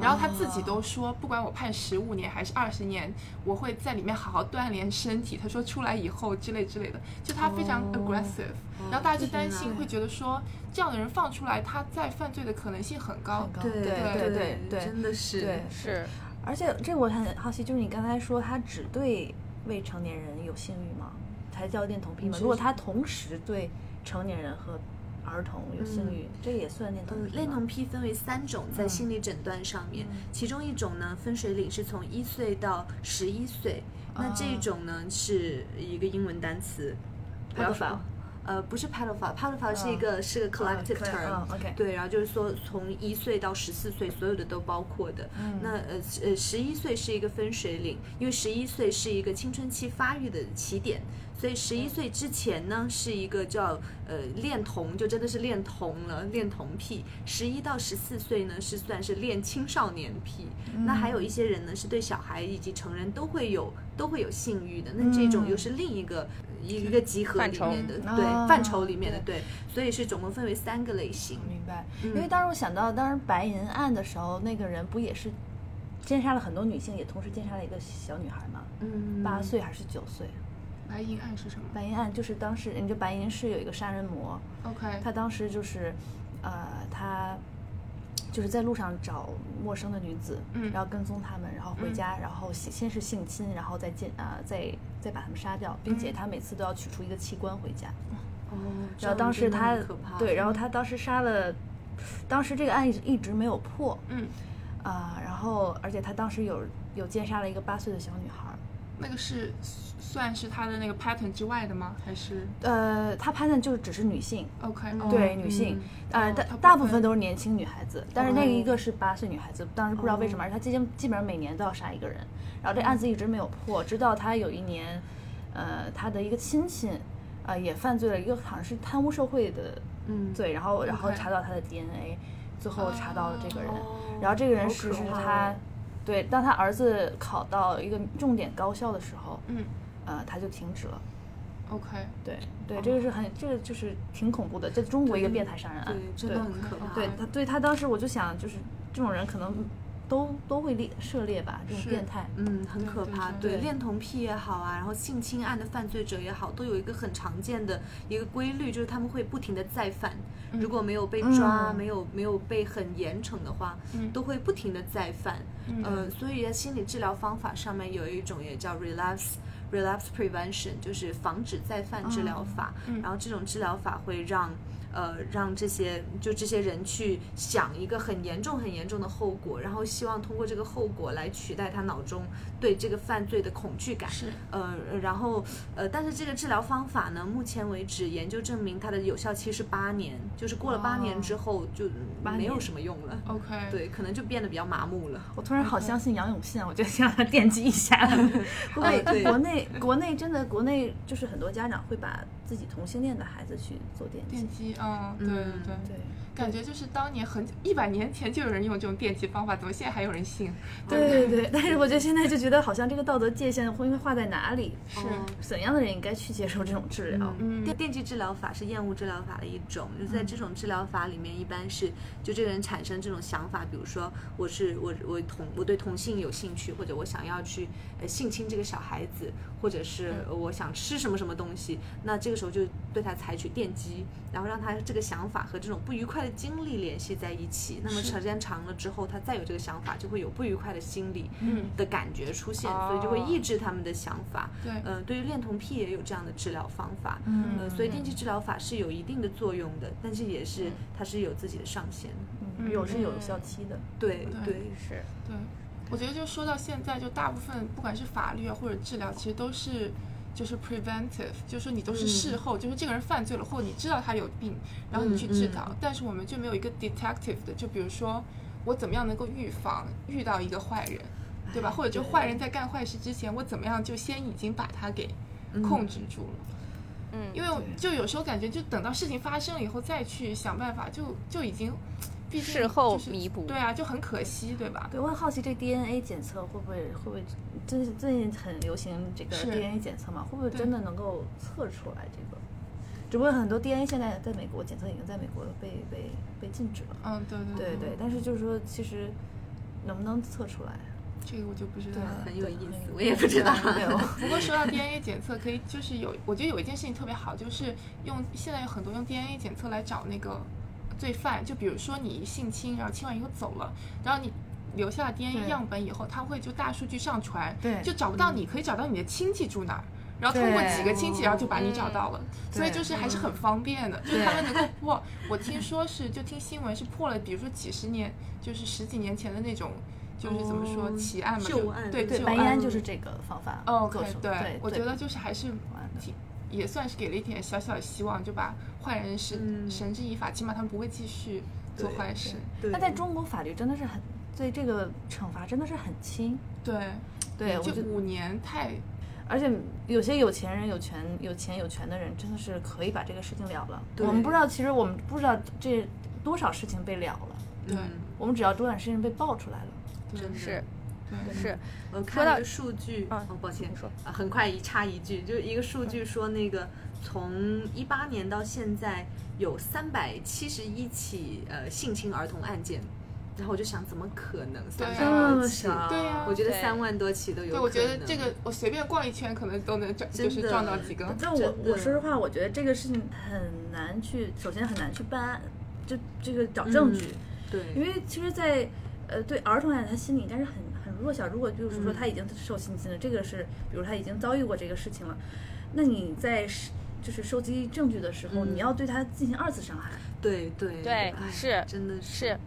Speaker 1: 然后他自己都说，不管我判十五年还是二十年，我会在里面好好锻炼身体。他说出来以后之类之类的，就他非常
Speaker 4: 哦
Speaker 1: aggressive，、然后大家就担
Speaker 4: 天哪
Speaker 1: 心，会觉得说这样的人放出来，他再犯罪的可能性很高。
Speaker 3: 很高
Speaker 4: 对
Speaker 3: 对对对
Speaker 4: 真的是
Speaker 3: 对
Speaker 2: 是
Speaker 3: 而且这个我很好奇，就是你刚才说他只对未成年人有性欲吗？才叫恋童癖吗？
Speaker 4: 嗯
Speaker 3: 如果他同时对成年人和儿童有性欲，这也算恋童
Speaker 4: 呃
Speaker 3: 癖吗？，
Speaker 4: 恋童癖分为三种，在
Speaker 3: 嗯
Speaker 4: 心理诊断上面，
Speaker 3: 嗯
Speaker 4: 其中一种呢分水岭是从一岁到十一岁，那这
Speaker 3: 啊
Speaker 4: 种呢是一个英文单词，不要
Speaker 3: Pedophile
Speaker 4: 说，呃，不是 pedophile，pedophile 是一
Speaker 3: 嗯
Speaker 4: 个、是个 collective term，、
Speaker 3: 嗯，OK，
Speaker 4: 对，然后就是说从一岁到十四岁，所有的都包括的。
Speaker 3: 嗯
Speaker 4: 那呃呃，十一岁是一个分水岭，因为十一岁是一个青春期发育的起点，所以十一岁之前呢是一个叫呃恋童，就真的是恋童了，恋童癖。十一到十四岁呢是算是恋青少年癖。
Speaker 3: 嗯
Speaker 4: 那还有一些人呢是对小孩以及成人都会有都会有性欲的，那这种又是另一个。呃一个集合
Speaker 2: 范
Speaker 4: 里
Speaker 2: 畴
Speaker 4: 面的，
Speaker 3: 嗯
Speaker 4: 对
Speaker 3: 啊
Speaker 4: 范畴里面的，对，所以是总共分为三个类型。
Speaker 3: 明白，
Speaker 4: 嗯
Speaker 3: 因为当时我想到，当时白银案的时候，那个人不也是奸杀了很多女性，也同时奸杀了一个小女孩吗？
Speaker 4: 嗯
Speaker 3: 八、岁还是九岁？
Speaker 1: 白银案是什么
Speaker 3: 白银案就是当时，你知道白银是有一个杀人魔，
Speaker 1: ？OK，
Speaker 3: 他当时就是，呃，他就是在路上找陌生的女子，
Speaker 1: 嗯
Speaker 3: 然后跟踪他们，然后回
Speaker 1: 嗯
Speaker 3: 家，然后先先是性侵，然后再奸啊、再再把他们杀掉，并且
Speaker 1: 嗯
Speaker 3: 他每次都要取出一个器官回家。
Speaker 4: 哦，这
Speaker 3: 然后
Speaker 4: 样
Speaker 3: 当
Speaker 4: 真
Speaker 3: 时
Speaker 4: 的
Speaker 3: 他
Speaker 4: 很可怕
Speaker 3: 对，然后他当时杀了，当时这个案一直一直没有破
Speaker 1: 嗯，
Speaker 3: 啊、然后而且他当时有有奸杀了一个八岁的小女孩儿，
Speaker 1: 那个是算是他的那个 pattern 之外的吗？还是
Speaker 3: 呃，他判断就是只是女性，
Speaker 1: OK？、
Speaker 4: 嗯
Speaker 1: 哦、
Speaker 3: 对女性，呃，
Speaker 1: 哦
Speaker 3: 大
Speaker 1: 他不
Speaker 3: 大部分
Speaker 1: 分
Speaker 3: 都是年轻女孩子，但是那个一个是八岁女孩子，当时不知道为什么，而且他基本基本上每年都要杀一个人，然后这案子一直没有破，直到他有一年，呃，他的一个亲戚，呃，也犯罪了一个好像是贪污受贿的
Speaker 4: 嗯，
Speaker 3: 罪，然后然后
Speaker 1: OK
Speaker 3: 查到他的 DNA，最后查到了这个人，
Speaker 4: 哦
Speaker 3: 然后这个人
Speaker 4: 好
Speaker 3: 是
Speaker 4: 可
Speaker 3: 是
Speaker 4: 怕
Speaker 3: 他
Speaker 4: 哦，
Speaker 3: 对，当他儿子考到一个重点高校的时候，
Speaker 1: 嗯
Speaker 3: 呃，他就停止了。
Speaker 1: ，OK，
Speaker 3: 对
Speaker 1: 哦
Speaker 3: 对，这个是很，这个就是挺恐怖的，这中国一个变态杀人案
Speaker 4: 对，，真
Speaker 3: 哦对
Speaker 4: 的很可怕。
Speaker 3: 对
Speaker 1: 嗯
Speaker 3: 他对他当时我就想，就是这种人可能都都会列涉猎吧，这种
Speaker 1: 是
Speaker 3: 变态。
Speaker 4: 嗯，很可怕。
Speaker 1: 对
Speaker 3: 对对
Speaker 4: 恋童癖也好啊，然后性侵案的犯罪者也好，都有一个很常见的一个规律，就是他们会不停的再犯。
Speaker 1: 嗯
Speaker 4: 如果没有被抓，
Speaker 3: 嗯
Speaker 4: 没有没有被很严惩的话，
Speaker 1: 嗯
Speaker 4: 都会不停的再犯。
Speaker 1: 嗯
Speaker 4: 呃，所以心理治疗方法上面有一种也叫 relapse relapse prevention，就是防止再犯治疗法。
Speaker 1: 嗯
Speaker 4: 然后这种治疗法会让呃让这些就这些人去想一个很严重很严重的后果，然后希望通过这个后果来取代他脑中对这个犯罪的恐惧感。
Speaker 1: 是
Speaker 4: 呃，然后呃，但是这个治疗方法呢，目前为止研究证明它的有效期是八年，就是过了八
Speaker 1: 哦
Speaker 4: 年之后就
Speaker 3: 八
Speaker 4: 没有
Speaker 3: 年
Speaker 4: 什么用了。
Speaker 1: OK，，
Speaker 4: 对，可能就变得比较麻木了。
Speaker 3: 我突
Speaker 1: 嗯
Speaker 3: 然好相信杨永信啊，我觉得先让他惦记一下。 会
Speaker 4: 嗯
Speaker 3: 不会
Speaker 4: 对
Speaker 3: 国内国内真的国内就是很多家长会把自己同性恋的孩子去做电
Speaker 1: 电
Speaker 3: 击？
Speaker 1: 击，嗯，对对对，
Speaker 3: 对
Speaker 1: 感觉就是当年很一百年前就有人用这种电击方法，怎么现在还有人信？
Speaker 3: 对对对，但是我觉得现在就觉得好像这个道德界限会画在哪里，
Speaker 1: 是
Speaker 4: 哦
Speaker 3: 怎样的人应该去接受这种治疗？
Speaker 1: 嗯
Speaker 4: 电电击治疗法是厌恶治疗法的一种，就是在这种治疗法里面，一般是就这个人产生这种想法，比如说我是我我同我对同性有兴趣，或者我想要去呃性侵这个小孩子，或者是呃
Speaker 1: 嗯
Speaker 4: 我想吃什么什么东西，那这个时候就对他采取电击，然后让他这个想法和这种不愉快的经历联系在一起，那么
Speaker 1: 是
Speaker 4: 时间长了之后，他再有这个想法，就会有不愉快的心理
Speaker 1: 嗯
Speaker 4: 的感觉出现，所以就会抑
Speaker 1: 哦
Speaker 4: 制他们的想法。
Speaker 1: 对，
Speaker 4: 呃，对于恋童癖也有这样的治疗方法，
Speaker 3: 嗯
Speaker 4: 呃，所以电击治疗法是有一定的作用的，但是也是它是有自己的上限的。
Speaker 3: 嗯有是有效期的，
Speaker 4: 对
Speaker 1: 嗯对
Speaker 4: 对，
Speaker 2: 是，
Speaker 1: 对，我觉得就说到现在，就大部分不管是法律啊或者治疗，其实都是就是 preventive，就是你都是
Speaker 2: 嗯
Speaker 1: 事后，就是这个人犯罪了，或者你知道他有病，然后你去
Speaker 2: 嗯
Speaker 1: 治疗，但是我们就没有一个 detective 的，就比如说我怎么样能够预防遇到一个坏人，对吧？
Speaker 2: 哎
Speaker 1: 或者就坏人在干坏事之前，我怎么样就先已经把他给控制住了。
Speaker 2: 嗯，
Speaker 1: 因为我就有时候感觉，就等到事情发生了以后再去想办法，就就已经，毕竟
Speaker 2: 事后
Speaker 1: 就是
Speaker 2: 弥补
Speaker 1: 对啊，就很可惜，对吧？
Speaker 3: 对，我很好奇这 DNA 检测会不会会不会，最最近很流行这个
Speaker 1: 是
Speaker 3: DNA 检测嘛，会不会
Speaker 1: 对
Speaker 3: 真的能够测出来这个？只不过很多 DNA 现在在美国检测已经在美国被被被禁止了。
Speaker 1: 嗯，对对
Speaker 3: 对对，但是就是说，其实能不能测出来？
Speaker 1: 这个我就不知道
Speaker 3: 对
Speaker 1: 了。
Speaker 4: 很有意思
Speaker 3: 很有
Speaker 4: 我也不知道
Speaker 3: 对 我
Speaker 1: 不过说到 DNA 检测，可以就是有，我觉得有一件事情特别好，就是用现在有很多用 DNA 检测来找那个罪犯，就比如说你性侵，然后侵完以后走了，然后你留下了 DNA
Speaker 3: 对
Speaker 1: 样本以后，他会就大数据上传，
Speaker 3: 对
Speaker 1: 就找不到你，可以找到你的亲戚住哪儿。然后通过几个亲戚，
Speaker 4: 对
Speaker 1: 然后就把你找到了，所以
Speaker 3: 对
Speaker 1: 就是还是很方便
Speaker 3: 嗯
Speaker 1: 的， 就是他们能够破。我听说是，就听新闻是破了，比如说几十年，就是十几年前的那种，就是怎么说
Speaker 4: 哦
Speaker 1: 奇案嘛，
Speaker 4: 旧
Speaker 1: 就
Speaker 4: 案
Speaker 1: 对
Speaker 4: 对
Speaker 1: 旧
Speaker 3: 白
Speaker 1: 案
Speaker 3: 银安就是这个方法
Speaker 1: 嗯哦
Speaker 3: 做
Speaker 1: ，OK，
Speaker 3: 出
Speaker 1: 对，
Speaker 3: 对，
Speaker 1: 我
Speaker 3: 对
Speaker 1: 觉得就是还是
Speaker 3: 玩的
Speaker 1: 挺，也算是给了一点小小的希望，就把坏人是
Speaker 4: 嗯
Speaker 1: 绳之以法，起码他们不会继续做
Speaker 4: 对
Speaker 1: 坏事。
Speaker 4: 对
Speaker 3: 那在中国法律真的是很对这个惩罚真的是很轻，
Speaker 1: 对，
Speaker 3: 对
Speaker 1: 嗯
Speaker 3: 我
Speaker 1: 就
Speaker 3: 觉得
Speaker 1: 五年太
Speaker 3: 而且有些有钱人、有权、有钱有权的人，真的是可以把这个事情了了。
Speaker 4: 对
Speaker 3: 我们不知道，其实我们不知道这多少事情被了了，
Speaker 1: 对
Speaker 4: 嗯
Speaker 3: 我们只要多点事情被爆出来了。
Speaker 1: 对
Speaker 4: 真的
Speaker 2: 是
Speaker 1: 对
Speaker 2: 是，
Speaker 4: 我
Speaker 2: 说
Speaker 4: 看
Speaker 2: 到
Speaker 4: 了一个数据，
Speaker 2: 啊
Speaker 4: 哦，抱歉
Speaker 2: 你说，
Speaker 4: 啊很快一插一句，就是一个数据说那个从一八年到现在有三百七十一起呃性侵儿童案件，然后我就想怎么可能
Speaker 1: 对
Speaker 4: 三
Speaker 1: 啊
Speaker 4: 百多起
Speaker 3: 这？么少
Speaker 1: 对呀、
Speaker 4: 我觉得
Speaker 2: 对
Speaker 4: 三万多起都有可
Speaker 1: 对，
Speaker 4: 能。
Speaker 1: 我觉得这个我随便逛一圈，可能都能撞，就
Speaker 4: 真
Speaker 1: 是
Speaker 4: 的
Speaker 1: 撞到几个。
Speaker 3: 但我
Speaker 4: 真的
Speaker 3: 我说实话，我觉得这个事情很难去，首先很难去办案，就这个找
Speaker 4: 嗯
Speaker 3: 证据，因
Speaker 4: 对，
Speaker 3: 为其实在，呃对儿童来讲，他心理应该是很很弱小。如果就是说
Speaker 4: 嗯
Speaker 3: 他已经受性侵了，这个是比如他已经遭遇过这个事情了，那你在是就是收集证据的时候，
Speaker 4: 嗯
Speaker 3: 你要对他进行二次伤害。
Speaker 4: 对对
Speaker 2: 对
Speaker 4: 哎
Speaker 2: 是
Speaker 4: 真的
Speaker 2: 是，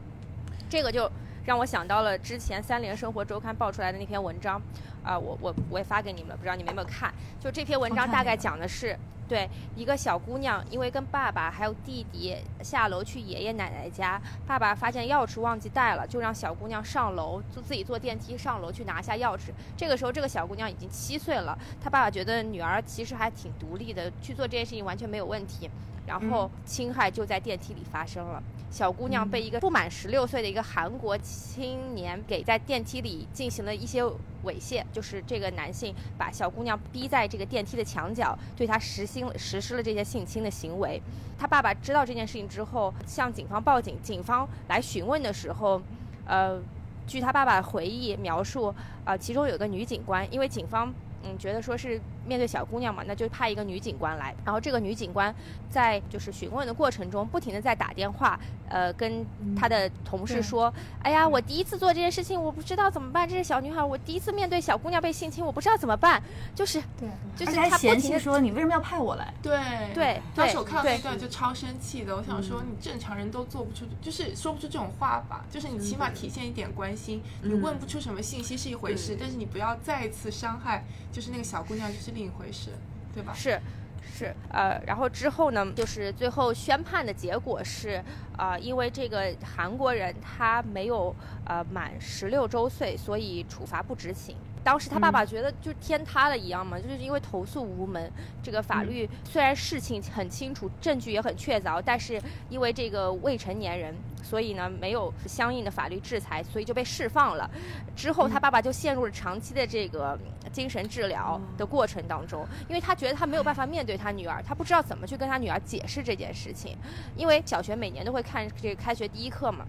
Speaker 2: 这个就让我想到了之前三联生活周刊爆出来的那篇文章，啊、我我我也发给你们了，不知道你们有没有看？就这篇文
Speaker 3: 我
Speaker 2: 章
Speaker 3: 看
Speaker 2: 大
Speaker 3: 那
Speaker 2: 概
Speaker 3: 个
Speaker 2: 讲的是，对一个小姑娘，因为跟爸爸还有弟弟下楼去爷爷奶奶家，爸爸发现钥匙忘记带了，就让小姑娘上楼，就自己坐电梯上楼去拿下钥匙。这个时候，这个小姑娘已经七岁了，她爸爸觉得女儿其实还挺独立的，去做这件事情完全没有问题。然后
Speaker 3: 嗯
Speaker 2: 侵害就在电梯里发生了，小姑娘被一个不满十六岁的一个韩国青年给在电梯里进行了一些猥亵，就是这个男性把小姑娘逼在这个电梯的墙角，对她实行实施了这些性侵的行为。他爸爸知道这件事情之后，向警方报警，警方来询问的时候，呃，据他爸爸回忆描述，啊、其中有一个女警官，因为警方嗯觉得说是面对小姑娘嘛，那就派一个女警官来。然后这个女警官在就是询问的过程中，不停的在打电话，呃，跟她的同事
Speaker 3: 对
Speaker 2: 说，哎呀，我第一次做这件事情，我不知道怎么办。这是小女孩，我第一次面对小姑娘被性侵，我不知道怎么办。就是
Speaker 3: 对，
Speaker 2: 就
Speaker 3: 而
Speaker 2: 是
Speaker 3: 且还
Speaker 2: 她不
Speaker 3: 嫌
Speaker 2: 停
Speaker 3: 弃
Speaker 2: 的
Speaker 3: 说你为什么要派我来？
Speaker 1: 对
Speaker 2: 对
Speaker 1: 当
Speaker 2: 对
Speaker 1: 时我看到那
Speaker 2: 对
Speaker 1: 段就超生气的，我想说你正常人都做不出，就是说不出这种话吧，就是你起码体现一点关心，你
Speaker 4: 嗯
Speaker 1: 问不出什么信息是一回事，
Speaker 4: 对
Speaker 1: 但是你不要再次伤害，就是那个小姑娘就是另一回事，对吧？
Speaker 2: 是。是，呃，然后之后呢，就是最后宣判的结果是，呃，因为这个韩国人他没有呃满十六周岁，所以处罚不执行。当时他爸爸觉得就天塌了一样嘛，就是因为投诉无门。这个法律虽然事情很清楚，证据也很确凿，但是因为这个未成年人，所以呢没有相应的法律制裁，所以就被释放了。之后他爸爸就陷入了长期的这个精神治疗的过程当中，因为他觉得他没有办法面对他女儿，他不知道怎么去跟他女儿解释这件事情。因为小学每年都会看这个开学第一课嘛，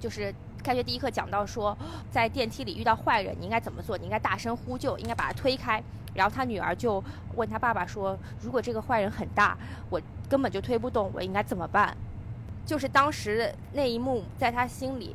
Speaker 2: 就是开学第一课讲到说，在电梯里遇到坏人，你应该怎么做？你应该大声呼救，应该把他推开。然后他女儿就问他爸爸说：“如果这个坏人很大，我根本就推不动，我应该怎么办？”就是当时那一幕在他心里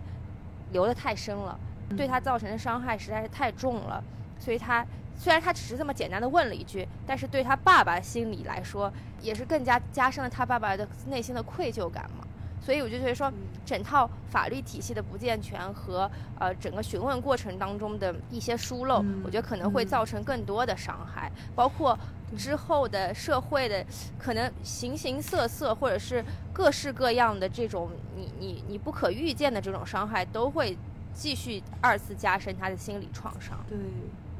Speaker 2: 留得太深了，对他造成的伤害实在是太重了，所以他。虽然他只是这么简单的问了一句，但是对他爸爸心里来说，也是更加加深了他爸爸的内心的愧疚感嘛。所以我就觉得说，
Speaker 4: 嗯
Speaker 2: 整套法律体系的不健全和呃整个询问过程当中的一些疏漏，
Speaker 4: 嗯
Speaker 2: 我觉得可能会造成更多的伤害，包括之后的社会的可能形形色色或者是各式各样的这种你你你不可预见的这种伤害，都会继续二次加深他的心理创伤。
Speaker 4: 对对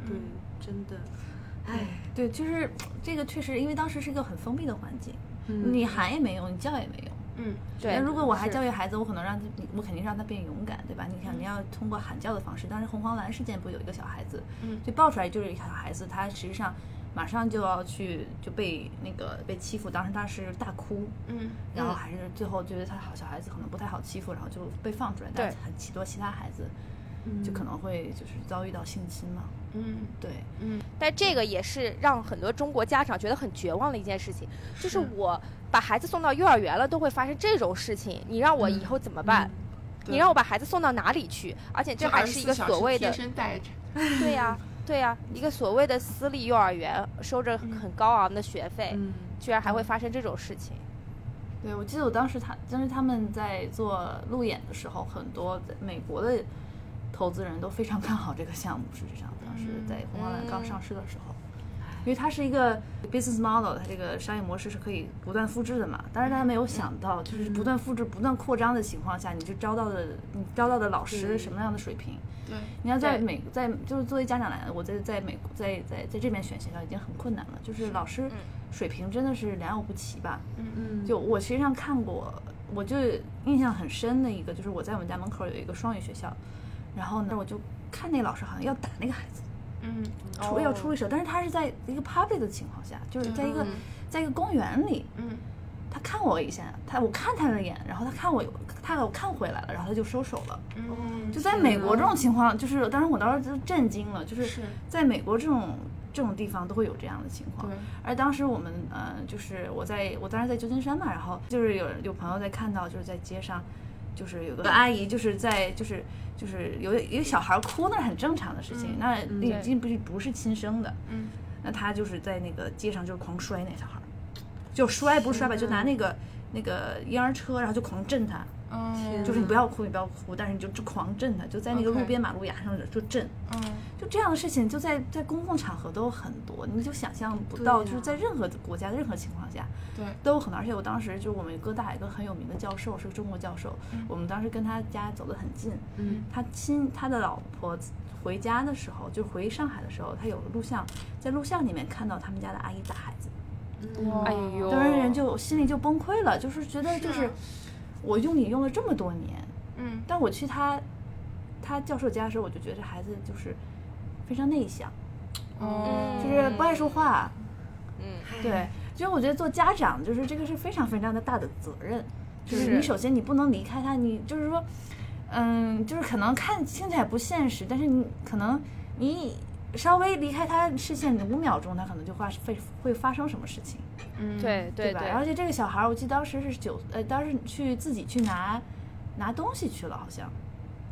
Speaker 1: 嗯，
Speaker 4: 真的，哎，
Speaker 3: 对，就是这个确实，因为当时是一个很封闭的环境，
Speaker 4: 嗯
Speaker 3: 你喊也没用，你叫也没用。
Speaker 1: 嗯，
Speaker 2: 对，
Speaker 3: 那如果我还
Speaker 2: 是嗯
Speaker 3: 教育孩子，我可能让他，我肯定让他变勇敢，对吧？你肯定要通过喊叫的方式。当时红黄蓝事件不是有一个小孩子，
Speaker 1: 嗯
Speaker 3: 就爆出来就是一个小孩子，他实际上马上就要去就被那个被欺负，当时他是大哭，
Speaker 1: 嗯，
Speaker 3: 然后
Speaker 2: 嗯
Speaker 3: 还是最后觉得他好小孩子可能不太好欺负，然后就被放出来。但
Speaker 2: 对
Speaker 3: 很很多其他孩子
Speaker 4: 嗯
Speaker 3: 就可能会就是遭遇到性侵嘛，
Speaker 1: 嗯
Speaker 3: 对，
Speaker 2: 但这个也是让很多中国家长觉得很绝望的一件事情，就是我把孩子送到幼儿园了，都会发生这种事情，你让我以后怎么办？
Speaker 1: 对
Speaker 2: 你让我把孩子送到哪里去？而且这还是一个
Speaker 1: 24小
Speaker 2: 所
Speaker 1: 时
Speaker 2: 谓
Speaker 1: 贴
Speaker 2: 的，
Speaker 1: 身带着，
Speaker 2: 对呀、对呀、一个所谓的私立幼儿园，收着很高昂的学费，
Speaker 4: 嗯
Speaker 2: 居然还会发生这种事情。
Speaker 3: 对，我记得我当时他，当时他们在做路演的时候，很多在美国的投资人都非常看好这个项目。事实上，当时在红黄蓝刚上市的时候，因为它是一个 business model，它这个商业模式是可以不断复制的嘛。但是大家没有想到，就是不断复制、不断扩张的情况下，你就招到的你招到的老师
Speaker 4: 对
Speaker 3: 是什么样的水平？
Speaker 1: 对，
Speaker 3: 你要在
Speaker 2: 对
Speaker 3: 美在就是作为家长来，我在在美国在在在这边选学校已经很困难了，就是老师水平真的是良莠不齐吧。
Speaker 4: 嗯
Speaker 3: 就我实际上看过，我就印象很深的一个，就是我在我们家门口有一个双语学校，然后呢，我就看那个老师好像要打那个孩子，
Speaker 1: 嗯
Speaker 3: 出要出一手，但是他是在一个 public 的情况下，就是在一个、在一个公园里，
Speaker 1: 嗯
Speaker 3: 他看我一下，他我看他的眼，然后他看我，他我看回来了，然后他就收手了。
Speaker 1: 嗯，
Speaker 3: 哦就在美国这种情况，就是当时我当时就震惊了，就是
Speaker 1: 是
Speaker 3: 在美国这种这种地方都会有这样的情况。
Speaker 1: 对，
Speaker 3: 而当时我们呃，就是我在我当时在旧金山嘛，然后就是有有朋友在看到，就是在街上，就是有个阿姨就是在就是就是有一个小孩哭，那是很正常的事情，
Speaker 1: 嗯
Speaker 3: 那
Speaker 4: 嗯
Speaker 3: 已经不是不是亲生的，
Speaker 1: 嗯
Speaker 3: 那他就是在那个街上就是狂摔那小孩儿，就摔不是摔吧，就拿那个那个婴儿车，然后就狂震他，
Speaker 1: 嗯，
Speaker 3: 就是你不要哭，你不要哭，但是你就就狂震他，就在那个
Speaker 1: OK
Speaker 3: 路边马路牙上就震。
Speaker 1: 嗯
Speaker 3: 就这样的事情，就在在公共场合都有很多，你就想象不到，
Speaker 4: 对呀
Speaker 3: 就是在任何国家、任何情况下
Speaker 1: 对，
Speaker 3: 都有很多。而且我当时就是我们哥大有一个很有名的教授，是个中国教授，我们当时跟他家走得很近，
Speaker 4: 嗯
Speaker 3: 他亲他的老婆回家的时候，就回上海的时候，他有录像，在录像里面看到他们家的阿姨打孩子，
Speaker 4: 嗯哦
Speaker 1: 哇
Speaker 2: 哎呦，
Speaker 3: 当时人就心里就崩溃了，就是觉得就是
Speaker 1: 是啊
Speaker 3: 我用你用了这么多年，
Speaker 1: 嗯
Speaker 3: 但我去他他教授家的时候，我就觉得这孩子就是非常内向。
Speaker 1: 哦，
Speaker 3: 嗯就是不爱说话。
Speaker 2: 嗯，
Speaker 3: 对，就是我觉得做家长，就是这个是非常非常的大的责任，就是
Speaker 2: 是
Speaker 3: 你首先你不能离开他，你就是说，嗯，就是可能看听起来不现实，但是你可能你稍微离开他视线五秒钟，他可能就发会会发生什么事情，
Speaker 1: 嗯，
Speaker 2: 对对
Speaker 3: 吧？
Speaker 2: 对，
Speaker 3: 而且这个小孩儿，我记得当时是九呃，当时去自己去拿拿东西去了，好像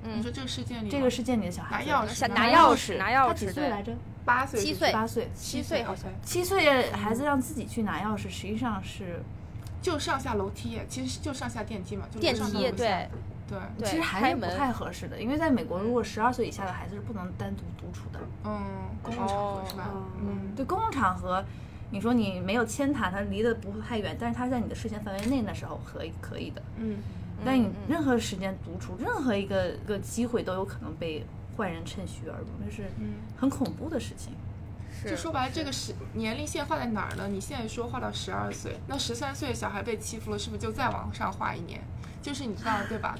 Speaker 1: 你
Speaker 2: 嗯
Speaker 1: 说，这个事件里
Speaker 3: 这
Speaker 1: 吗
Speaker 3: 个事件里的小孩子
Speaker 1: 哦拿钥匙
Speaker 2: 想
Speaker 1: 拿
Speaker 2: 拿
Speaker 1: 钥
Speaker 2: 钥匙拿钥
Speaker 3: 他几
Speaker 2: 匙，
Speaker 3: 岁
Speaker 2: 对，
Speaker 3: 来着？
Speaker 1: 八岁
Speaker 2: 七
Speaker 1: 就
Speaker 2: 岁
Speaker 1: 是
Speaker 3: 八岁，
Speaker 2: 七
Speaker 1: 岁
Speaker 2: 岁
Speaker 1: 好
Speaker 2: 好
Speaker 1: 像
Speaker 2: 像
Speaker 3: 七岁的孩子让自己去拿钥匙，实际上是
Speaker 1: 就上下楼梯耶，其实就上下电梯嘛，就
Speaker 2: 电
Speaker 1: 楼上
Speaker 2: 梯
Speaker 1: 楼下
Speaker 2: 对
Speaker 1: 对，
Speaker 2: 对
Speaker 3: 其实还
Speaker 2: 开
Speaker 3: 是不
Speaker 2: 门
Speaker 3: 太合适的，因为在美国，如果十二岁以下的孩子是不能单独独处的。
Speaker 1: 嗯，公共场合是吧
Speaker 4: 哦？
Speaker 1: 嗯，
Speaker 3: 对公共场合，你说你没有牵他，他离得不会太远，但是他在你的视线范围内，那时候可以可以的。
Speaker 1: 嗯，
Speaker 3: 但是你
Speaker 2: 嗯嗯
Speaker 3: 任何时间独处，任何一个一个机会都有可能被坏人趁虚而入，那是
Speaker 1: 嗯
Speaker 3: 很恐怖的事情。
Speaker 2: 嗯是
Speaker 1: 就说白了，这个时年龄线画在哪儿呢？你现在说画到十二岁，那十三岁的小孩被欺负了，是不是就再往上画一年？就是你知道对吧？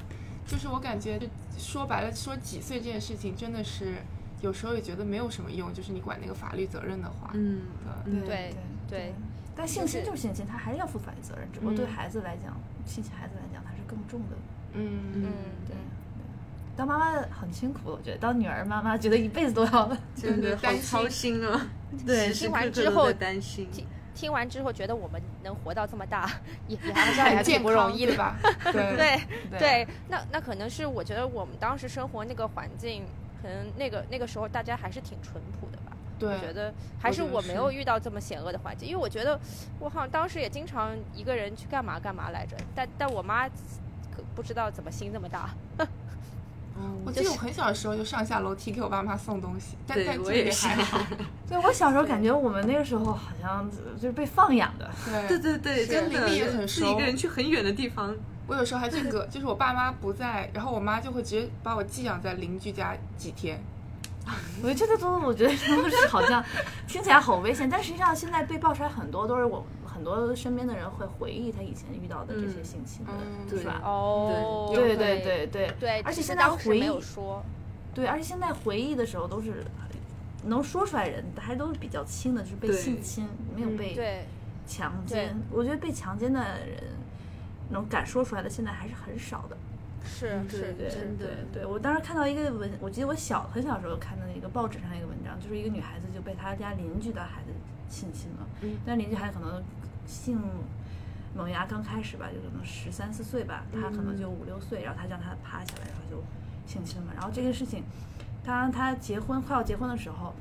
Speaker 1: 就是我感觉，就说白了，说几岁这件事情真的是有时候也觉得没有什么用，就是你管那个法律责任的话，
Speaker 4: 嗯，
Speaker 1: 对
Speaker 4: 嗯
Speaker 2: 对对，
Speaker 3: 但性侵就是性侵，他还是要负法律责任，只不过对
Speaker 1: 嗯
Speaker 3: 孩子来讲，性侵孩子来讲，他是更重的。
Speaker 1: 嗯
Speaker 2: 嗯，
Speaker 3: 对，当妈妈很辛苦，我觉得当女儿妈妈觉得一辈子都要
Speaker 4: 真
Speaker 1: 对
Speaker 4: 的好
Speaker 1: 担
Speaker 4: 操心啊！
Speaker 3: 对
Speaker 4: 时时
Speaker 2: 听完
Speaker 4: 刻刻
Speaker 2: 之
Speaker 4: 都
Speaker 2: 后
Speaker 4: 在担心，
Speaker 2: 听听完之后觉得我们能活到这么大， 也也还是还
Speaker 1: 很
Speaker 2: 挺
Speaker 1: 健
Speaker 2: 不
Speaker 1: 康
Speaker 2: 容易的
Speaker 1: 对？吧？对
Speaker 2: 对对，那那可能是我觉得我们当时生活那个环境，可能那个那个时候大家还是挺淳朴的吧。我
Speaker 1: 对，
Speaker 2: 觉得还
Speaker 1: 嗯我
Speaker 2: 是
Speaker 1: 觉得
Speaker 2: 我
Speaker 1: 是
Speaker 2: 没有遇到这么险恶的环境，因为我觉得我好像当时也经常一个人去干嘛干嘛来着，但但我妈可不知道怎么心这么大，
Speaker 4: 嗯
Speaker 1: 我记得我很小的时候就上下楼梯给我爸妈送东西，但
Speaker 4: 对
Speaker 1: 但
Speaker 4: 我
Speaker 1: 这
Speaker 4: 也
Speaker 1: 个
Speaker 4: 是
Speaker 1: 还好，
Speaker 3: 对我小时候感觉我们那个时候好像就是被放养的，
Speaker 1: 对
Speaker 4: 对对对，
Speaker 2: 是
Speaker 4: 真的
Speaker 1: 邻里也很
Speaker 4: 自己一
Speaker 1: 熟
Speaker 4: 个人去很远的地方，
Speaker 1: 我有时候还去隔，就是我爸妈不在，然后我妈就会直接把我寄养在邻居家几天。
Speaker 3: 我觉得都我觉得都是好像听起来好危险，但实际上现在被爆出来很多都是我很多身边的人会回忆他以前遇到的这些
Speaker 4: 嗯
Speaker 3: 性侵的，
Speaker 1: 嗯
Speaker 3: 是吧？嗯
Speaker 2: 哦，
Speaker 3: 对对
Speaker 2: 对
Speaker 3: 对对
Speaker 2: 对，
Speaker 3: 而且
Speaker 2: 只是
Speaker 3: 现在
Speaker 2: 当时
Speaker 3: 回
Speaker 2: 没有
Speaker 3: 忆
Speaker 2: 说，
Speaker 3: 对，而且现在回忆的时候都是能说出来人还都是比较轻的，就是被
Speaker 4: 对
Speaker 3: 性侵，没有
Speaker 1: 嗯
Speaker 3: 被
Speaker 2: 对
Speaker 3: 强
Speaker 2: 对
Speaker 3: 奸。我觉得被强奸的人能敢说出来的，现在还是很少的。
Speaker 2: 是
Speaker 4: 对
Speaker 2: 是
Speaker 4: 对
Speaker 2: 是
Speaker 4: 真的
Speaker 3: 对对，我当时看到一个文，我记得我小很小时候看到一个报纸上一个文章，就是一个女孩子就被她家邻居的孩子性侵了，
Speaker 1: 嗯
Speaker 3: 但邻居孩子可能性萌芽刚开始吧，就可能十三四岁吧，她可能就五六岁，然后她让她趴下来，然后就性侵了。然后这个事情，当她结婚快要结婚的时候，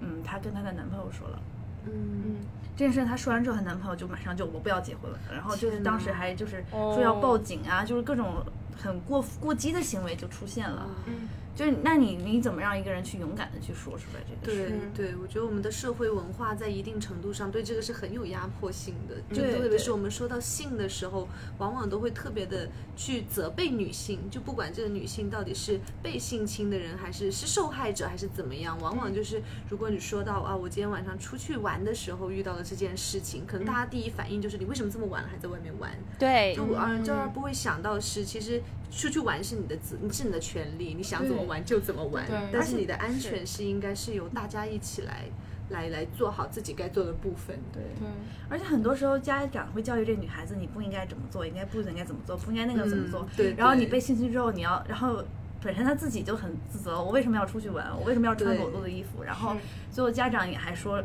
Speaker 3: 嗯，她跟她的男朋友说了。
Speaker 4: 嗯，
Speaker 1: 嗯，
Speaker 3: 这件事情她说完之后，她男朋友就马上就我不要结婚了，然后就是
Speaker 4: 天
Speaker 3: 当时
Speaker 4: 哪
Speaker 3: 还就是
Speaker 2: 哦
Speaker 3: 说要报警啊，就是各种很过过激的行为就出现了。
Speaker 1: 嗯
Speaker 3: 就是那你你怎么让一个人去勇敢的去说出来这个事？
Speaker 4: 对
Speaker 1: 是
Speaker 4: 对，我觉得我们的社会文化在一定程度上对这个是很有压迫性的，就
Speaker 3: 对
Speaker 4: 特别
Speaker 3: 对
Speaker 4: 是我们说到性的时候，往往都会特别的去责备女性，就不管这个女性到底是被性侵的人，还是是受害者，还是怎么样，往
Speaker 3: 嗯
Speaker 4: 往就是如果你说到啊，我今天晚上出去玩的时候遇到了这件事情，
Speaker 3: 嗯
Speaker 4: 可能大家第一反应就是你为什么这么晚了还在外面玩？
Speaker 2: 对
Speaker 4: 就啊，这儿不会想到是，其实出去玩是你的自，是你的权利，你想怎么
Speaker 3: 对
Speaker 4: 玩就怎么玩
Speaker 1: 对，
Speaker 4: 但
Speaker 1: 而
Speaker 4: 是
Speaker 1: 且
Speaker 4: 你的安全是应该是由大家一起来，来来做好自己该做的部分。
Speaker 3: 对，
Speaker 1: 对，
Speaker 3: 而且很多时候家长会教育这女孩子，你不应该怎么做，应该不应该怎么做，不应该那个怎么做。
Speaker 4: 嗯对
Speaker 3: 然后你
Speaker 4: 对
Speaker 3: 被性侵之后，你要然后。本身她自己就很自责，我为什么要出去玩？我为什么要穿
Speaker 4: 对
Speaker 3: 裸露的衣服？然后最后家长也还说，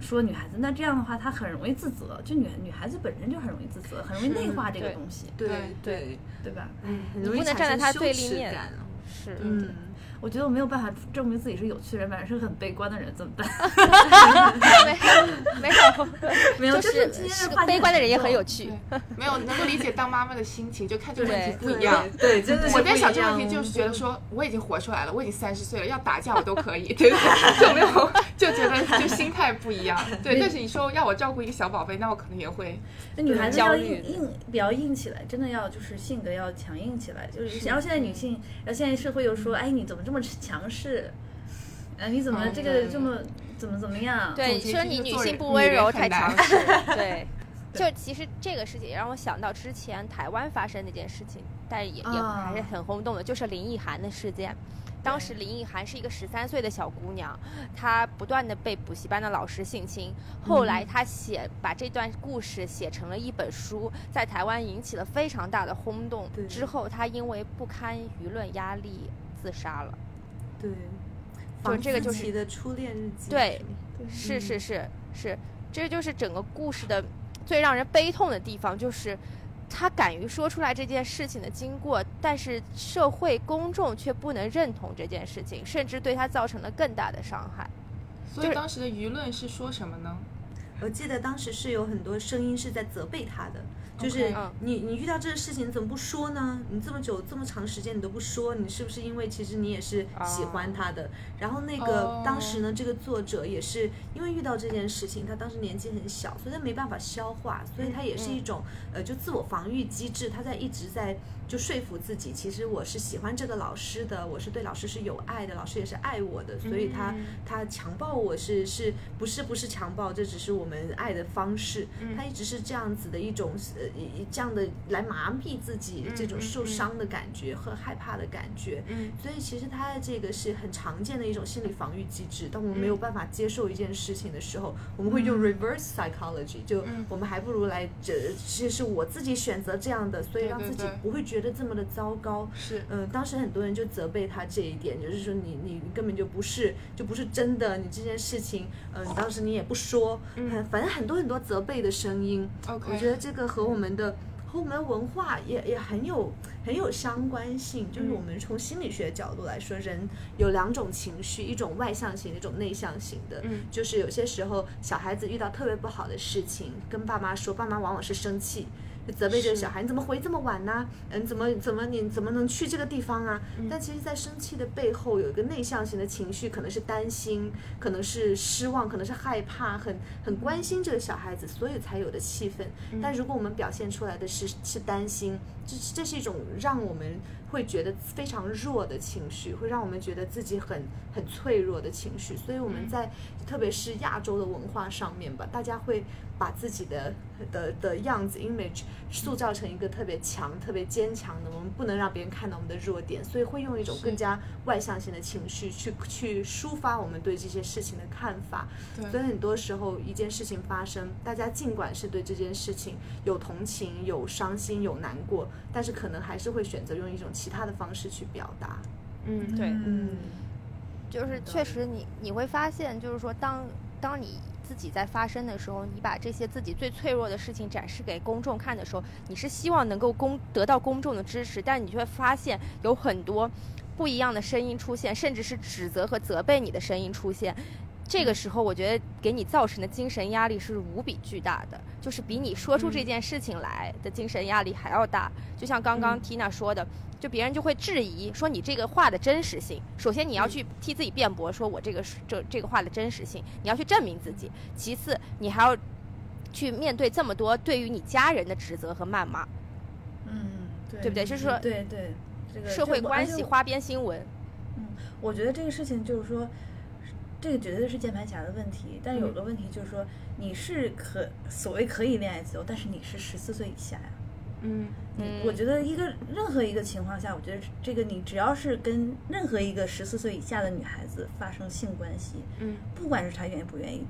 Speaker 3: 说女孩子，那这样的话她很容易自责，就女女孩子本身就很容易自责，很容易内化这个
Speaker 2: 对
Speaker 3: 东西，
Speaker 4: 对
Speaker 1: 对
Speaker 4: 对，
Speaker 3: 对吧？
Speaker 4: 嗯，很
Speaker 2: 你
Speaker 4: 容易
Speaker 2: 不能
Speaker 4: 产
Speaker 2: 站在
Speaker 4: 生
Speaker 2: 他
Speaker 4: 羞
Speaker 2: 对立
Speaker 4: 耻
Speaker 2: 面
Speaker 4: 感哦
Speaker 2: 是，
Speaker 4: 嗯，
Speaker 3: 我觉得我没有办法证明自己是有趣的人，反而是个很悲观的人，怎 么办？
Speaker 2: 没没 有
Speaker 3: 没有，
Speaker 2: 就是是
Speaker 3: 今天
Speaker 2: 是
Speaker 3: 这
Speaker 2: 个
Speaker 3: 话题
Speaker 2: 悲观的人也很有
Speaker 3: 沉
Speaker 2: 趣
Speaker 1: 对，没有能够理解当妈妈的心情，就看这个问题不一
Speaker 4: 对
Speaker 1: 样。
Speaker 4: 对，真的是
Speaker 1: 我在想
Speaker 4: 不
Speaker 1: 这
Speaker 4: 一
Speaker 1: 个
Speaker 4: 样
Speaker 1: 问题，就是觉得说我已经活出来了，我已经三十岁了，要打架我都可以，对不对？ 就没有就觉得就心态不一样。对，但是你说让我照顾一个小宝贝，那我可能也会
Speaker 3: 那女孩子
Speaker 2: 焦
Speaker 3: 要
Speaker 2: 虑
Speaker 3: 硬硬，比较硬起来，真的要就是性格要强硬起来，就是然后现在女性，然后现在社会又说，哎，你怎么这么强势？啊，你怎么
Speaker 1: 嗯
Speaker 3: 这
Speaker 1: 对
Speaker 3: 个
Speaker 1: 对
Speaker 3: 这么怎么怎么样？
Speaker 2: 哦对，
Speaker 1: 总结就
Speaker 2: 说
Speaker 1: 是
Speaker 2: 你女
Speaker 1: 做
Speaker 2: 性
Speaker 1: 人
Speaker 2: 不
Speaker 1: 女
Speaker 2: 温
Speaker 1: 人
Speaker 2: 柔
Speaker 1: 很
Speaker 2: 太
Speaker 1: 难
Speaker 2: 强 势，对。就其实这个事情也让我想到之前台湾发生那件事情，但也也
Speaker 3: 啊
Speaker 2: 还是很轰动的，就是林奕涵的事件。当时林奕涵是一个十三岁的小姑娘，她不断的被补习班的老师性侵，后来她写把这段故事写成了一本书，在台湾引起了非常大的轰动
Speaker 4: 对。
Speaker 2: 之后她因为不堪舆论压力自杀了。
Speaker 4: 对，
Speaker 2: 就
Speaker 4: 房
Speaker 2: 这个
Speaker 4: 思
Speaker 2: 就是
Speaker 4: 琪的初恋日记，
Speaker 2: 对
Speaker 4: 是
Speaker 2: 是
Speaker 4: 吗，
Speaker 2: 是是是，这就是整个故事的最让人悲痛的地方，就是他敢于说出来这件事情的经过，但是社会公众却不能认同这件事情，甚至对他造成了更大的伤害。
Speaker 1: 所以当时的舆论是说什么呢？
Speaker 4: 我记得当时是有很多声音是在责备他的，就是
Speaker 2: 嗯
Speaker 4: 你你遇到这个事情你怎么不说呢？你这么久这么长时间你都不说，你是不是因为其实你也是喜欢他的？然后那个
Speaker 1: 哦
Speaker 4: 当时呢，这个作者也是因为遇到这件事情，他当时年纪很小，所以他没办法消化，所以他也是一种呃就自我防御机制，他在一直在就说服自己，其实我是喜欢这个老师的，我是对老师是有爱的，老师也是爱我的，所以他、
Speaker 1: 嗯
Speaker 4: 他强暴我是是不是不是强暴，这只是我们爱的方式。
Speaker 1: 嗯
Speaker 4: 他一直是这样子的一种呃一一这样的来麻痹自己这种
Speaker 1: 嗯
Speaker 4: 受
Speaker 1: 嗯
Speaker 4: 伤的感觉和害怕的感觉。
Speaker 1: 嗯
Speaker 4: 所以其实他的这个是很常见的一种心理防御机制。当我们没
Speaker 1: 嗯
Speaker 4: 有办法接受一件事情的时候，我们会用 reverse psychology，就
Speaker 1: 嗯
Speaker 4: 我们还不如来这其实是我自己选择这样的，所以
Speaker 1: 对
Speaker 4: 让
Speaker 1: 对
Speaker 4: 自己
Speaker 1: 对
Speaker 4: 不会觉得这么的糟糕。
Speaker 1: 是
Speaker 4: 嗯，当时很多人就责备他这一点，就是说你你根本就不是就不是真的，你这件事情，呃，你当时你也不说，
Speaker 1: 嗯
Speaker 4: 很反正很多很多责备的声音。
Speaker 1: OK，
Speaker 4: 我觉得这个和我们的和我们的文化也也很有很有相关性，就是
Speaker 1: 嗯
Speaker 4: 我们从心理学角度来说，人有两种情绪，一种外向型，一种内向型的。
Speaker 1: 嗯
Speaker 4: 就是有些时候小孩子遇到特别不好的事情，跟爸妈说，爸妈往往是生气。就责备这个
Speaker 1: 是
Speaker 4: 小孩，你怎么回这么晚呢、嗯，怎么怎么你怎么能去这个地方啊？但其实，在生气的背后，有一个内向型的情绪，可能是担心，可能是失望，可能是害怕，很很关心这个小孩子，所以才有的气氛。但如果我们表现出来的是是担心，这是这是一种让我们会觉得非常弱的情绪，会让我们觉得自己很很脆弱的情绪。所以我们在、特别是亚洲的文化上面吧，大家会把自己的的的样子 image 塑造成一个特别强、特别坚强的，我们不能让别人看到我们的弱点，所以会用一种
Speaker 1: 是
Speaker 4: 更加外向性的情绪去去抒发我们对这些事情的看法。所
Speaker 1: 对
Speaker 4: 以很多时候，一件事情发生，大家尽管是对这件事情有同情、有伤心、有难过，但是可能还是会选择用一种其他的方式去表达。
Speaker 1: 嗯
Speaker 2: 对
Speaker 4: 嗯，
Speaker 2: 就是确实你你会发现，就是说当当你自己在发声的时候，你把这些自己最脆弱的事情展示给公众看的时候，你是希望能够公得到公众的支持，但你却发现有很多不一样的声音出现，甚至是指责和责备你的声音出现。这个时候，我觉得给你造成的精神压力是无比巨大的，就是比你说出这件事情来的精神压力还要大。就像刚刚
Speaker 4: 嗯
Speaker 2: Tina 说的，就别人就会质疑说你这个话的真实性。首先你要去替自己辩驳，说我这个是这这个话的真实性，你要去证明自己。其次，你还要去面对这么多对于你家人的指责和谩骂，
Speaker 3: 嗯，对
Speaker 2: 对不对？就是说
Speaker 3: 对对，这个
Speaker 2: 社会
Speaker 3: 就我
Speaker 2: 关
Speaker 3: 而且
Speaker 2: 系、
Speaker 3: 我
Speaker 2: 花边新闻，
Speaker 3: 我觉得这个事情就是说，这个绝对是键盘侠的问题。但有
Speaker 1: 嗯
Speaker 3: 个问题就是说，你是可所谓可以恋爱自由，但是你是十四岁以下呀。
Speaker 1: 嗯
Speaker 3: 你我
Speaker 2: 嗯
Speaker 3: 觉得一个任何一个情况下，我觉得这个你只要是跟任何一个十四岁以下的女孩子发生性关系，
Speaker 1: 嗯
Speaker 3: 不管是她愿意不愿意，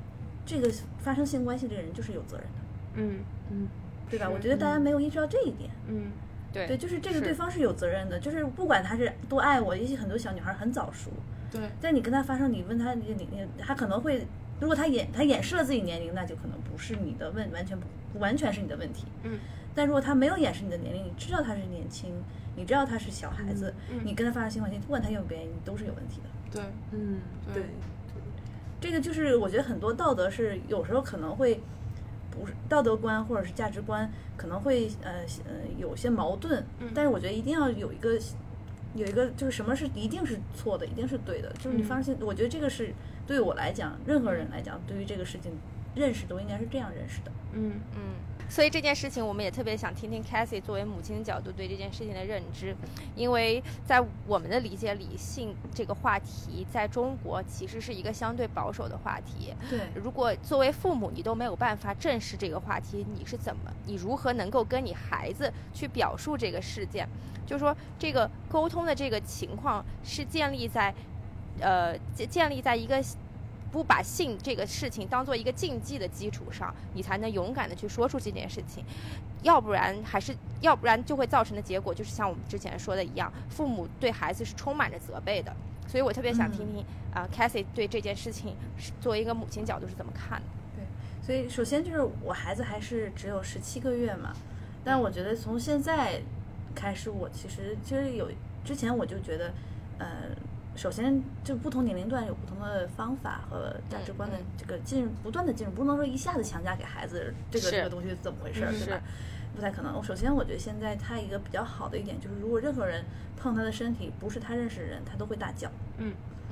Speaker 3: 这个发生性关系的人就是有责任的，
Speaker 1: 嗯
Speaker 4: 嗯，
Speaker 3: 对吧？
Speaker 1: 是
Speaker 3: 我觉得大家没有意识到这一点。
Speaker 1: 嗯
Speaker 2: 对
Speaker 3: 对，就是这个
Speaker 2: 是
Speaker 3: 对方是有责任的，就是不管他是多爱我，也许很多小女孩很早熟，
Speaker 1: 对
Speaker 3: 但你跟他发生，你问他你你你，他可能会，如果他掩他掩饰了自己年龄，那就可能不是你的问，完全不不完全是你的问题。
Speaker 1: 嗯。
Speaker 3: 但如果他没有掩饰你的年龄，你知道他是年轻，你知道他是小孩子，
Speaker 1: 嗯嗯
Speaker 3: 你跟他发生性关系，不管他愿不愿意，你都是有问题的。
Speaker 1: 对
Speaker 4: 嗯，
Speaker 1: 对
Speaker 4: 对，
Speaker 3: 这个就是我觉得很多道德是有时候可能会不是道德观或者是价值观可能会呃呃有些矛盾，
Speaker 1: 嗯
Speaker 3: 但是我觉得一定要有一个有一个就是什么是一定是错的，一定是对的，就是你
Speaker 1: 嗯
Speaker 3: 发现，我觉得这个是对我来讲，任何人来讲，对于这个事情认识都应该是这样认识的。
Speaker 1: 嗯，
Speaker 2: 嗯，所以这件事情我们也特别想听听 Cassie 作为母亲的角度对这件事情的认知，因为在我们的理解里，性这个话题在中国其实是一个相对保守的话题。
Speaker 5: 对
Speaker 2: 如果作为父母你都没有办法正视这个话题，你是怎么，你如何能够跟你孩子去表述这个事件？就说这个沟通的这个情况是建立在，呃，建建立在一个不把性这个事情当做一个禁忌的基础上，你才能勇敢的去说出这件事情。要不然还是要不然就会造成的结果就是像我们之前说的一样，父母对孩子是充满着责备的。所以我特别想听听啊、c a s s i e 对这件事情是作为一个母亲角度是怎么看的？
Speaker 3: 所以首先就是我孩子还是只有十七个月嘛，但我觉得从现在开始，我其实其实有之前我就觉得，呃，首先就不同年龄段有不同的方法和价值观的
Speaker 2: 嗯嗯
Speaker 3: 这个进入，不断的进入，不能说一下子强加给孩子这个
Speaker 2: 是
Speaker 3: 这个东西是怎么回事儿，
Speaker 2: 嗯
Speaker 3: 对吧？不太可能。我首先我觉得现在他一个比较好的一点就是，如果任何人碰他的身体，不是他认识的人，他都会大叫。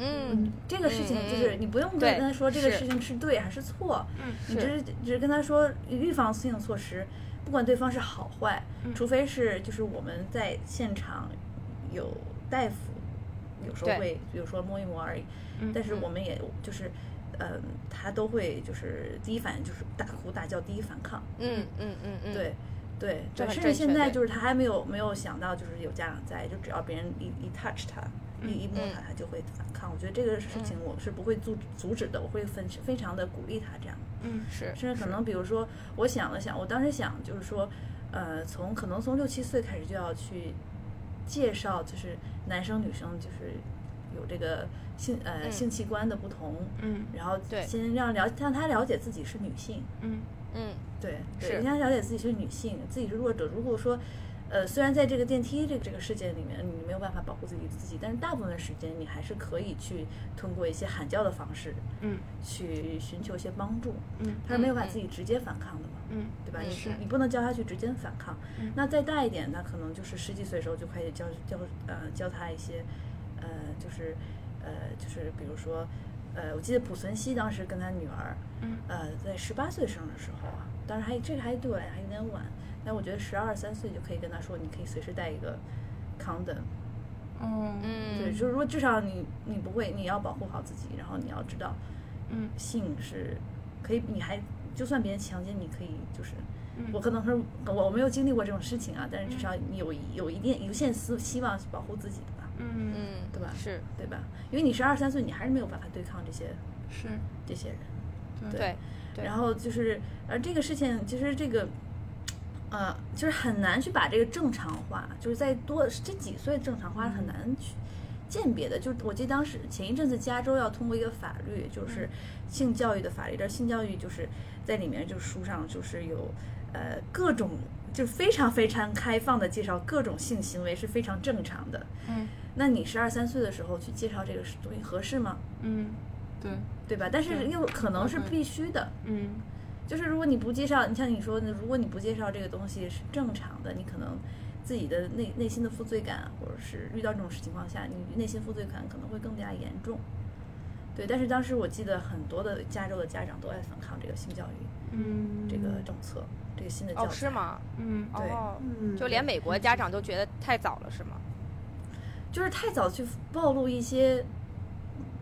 Speaker 2: 嗯，
Speaker 3: 这个事情就是
Speaker 2: 嗯
Speaker 3: 你不用
Speaker 2: 对
Speaker 3: 跟他说这个
Speaker 2: 是
Speaker 3: 事情是对还是错，
Speaker 1: 嗯
Speaker 3: 你只是只是跟他说预防性措施，不管对方是好坏，
Speaker 1: 嗯
Speaker 3: 除非是就是我们在现场有大夫，有时候
Speaker 2: 对
Speaker 3: 会比如说摸一摸而已，
Speaker 1: 嗯
Speaker 3: 但是我们也就是。嗯，他都会就是第一反应就是大哭大叫，第一反抗。
Speaker 2: 嗯嗯嗯嗯，
Speaker 3: 对，对，
Speaker 2: 这很
Speaker 3: 对，
Speaker 2: 正
Speaker 3: 甚至
Speaker 2: 确
Speaker 3: 现在
Speaker 2: 对
Speaker 3: 就是他还没有没有想到，就是有家长在，就只要别人一一 touch 他，
Speaker 1: 嗯
Speaker 3: 一一摸
Speaker 2: 嗯
Speaker 3: 他，他就会反抗。我觉得这个事情我是不会阻阻止的，我会非非常的鼓励他这样。
Speaker 1: 嗯
Speaker 2: 是，
Speaker 3: 甚至可能比如说，我想了想，我当时想就是说，呃，从可能从六七岁开始就要去介绍，就是男生女生就是有这个性呃、
Speaker 2: 嗯
Speaker 3: 性器官的不同，
Speaker 1: 嗯
Speaker 3: 然后
Speaker 2: 对
Speaker 3: 先让了让他了解自己是女性。
Speaker 1: 嗯
Speaker 2: 嗯
Speaker 3: 对，
Speaker 2: 是
Speaker 3: 对，人家了解自己是女性，自己是弱者。如果说，呃，虽然在这个电梯这个这个世界里面，你没有办法保护自己自己，但是大部分的时间你还是可以去通过一些喊叫的方式
Speaker 1: 嗯
Speaker 3: 去寻求一些帮助。
Speaker 1: 嗯
Speaker 3: 他是没有
Speaker 2: 嗯
Speaker 3: 办
Speaker 2: 嗯
Speaker 3: 法自己直接反抗的嘛，
Speaker 1: 嗯
Speaker 3: 对吧？
Speaker 2: 嗯
Speaker 3: 你
Speaker 1: 是
Speaker 3: 你不能教他去直接反抗。
Speaker 1: 嗯
Speaker 3: 那再大一点，那可能就是十几岁的时候就开始教教呃教他一些，呃，就是呃就是比如说，呃，我记得濮存昕当时跟他女儿。
Speaker 1: 嗯
Speaker 3: 呃，在十八岁生日的时候啊，当然还这个还对我来讲还有点晚，但我觉得十二三岁就可以跟他说，你可以随时带一个 condom，、
Speaker 1: 哦
Speaker 2: 嗯，
Speaker 3: 对，就是说至少你你不会，你要保护好自己，然后你要知道
Speaker 1: 嗯
Speaker 3: 性是可以，你还就算别人强奸，你可以就是。
Speaker 1: 嗯
Speaker 3: 我可能是我我没有经历过这种事情啊，但是
Speaker 1: 嗯
Speaker 3: 至少你有一有一定有限丝希望保护自己的吧，
Speaker 1: 嗯
Speaker 2: 嗯，
Speaker 3: 对吧
Speaker 2: 是，
Speaker 3: 对吧？因为你十二三岁，你还是没有办法对抗这些
Speaker 1: 是
Speaker 3: 这些人。
Speaker 1: 对
Speaker 2: 对，对
Speaker 3: 然后就是，而这个事情其实这个，呃，就是很难去把这个正常化，就是在多这几岁正
Speaker 1: 嗯
Speaker 3: 常化是很难去鉴别的。就是我记得当时前一阵子加州要通过一个法律，
Speaker 1: 嗯
Speaker 3: 就是性教育的法律，这性教育就是在里面就书上就是有呃各种。就是非常非常开放的介绍各种性行为是非常正常的。
Speaker 1: 嗯
Speaker 3: 那你十二三岁的时候去介绍这个东西合适吗？
Speaker 1: 嗯对
Speaker 3: 对吧？但是
Speaker 1: 对
Speaker 3: 又可能是
Speaker 1: 嗯嗯
Speaker 3: 必须的。
Speaker 1: 嗯
Speaker 3: 就是如果你不介绍，你像你说的，如果你不介绍这个东西是正常的，你可能自己的内内心的负罪感，或者是遇到这种情况下，你内心负罪感可能会更加严重。对，但是当时我记得很多的加州的家长都在反抗这个性教育
Speaker 1: 嗯
Speaker 3: 这个政策，这个新的教
Speaker 2: 哦，
Speaker 3: 材。
Speaker 2: 是？吗？
Speaker 1: 嗯
Speaker 3: 对
Speaker 2: 哦，
Speaker 4: 嗯
Speaker 2: 就连美国家长都觉得太早了，是吗？
Speaker 3: 就是太早去暴露一些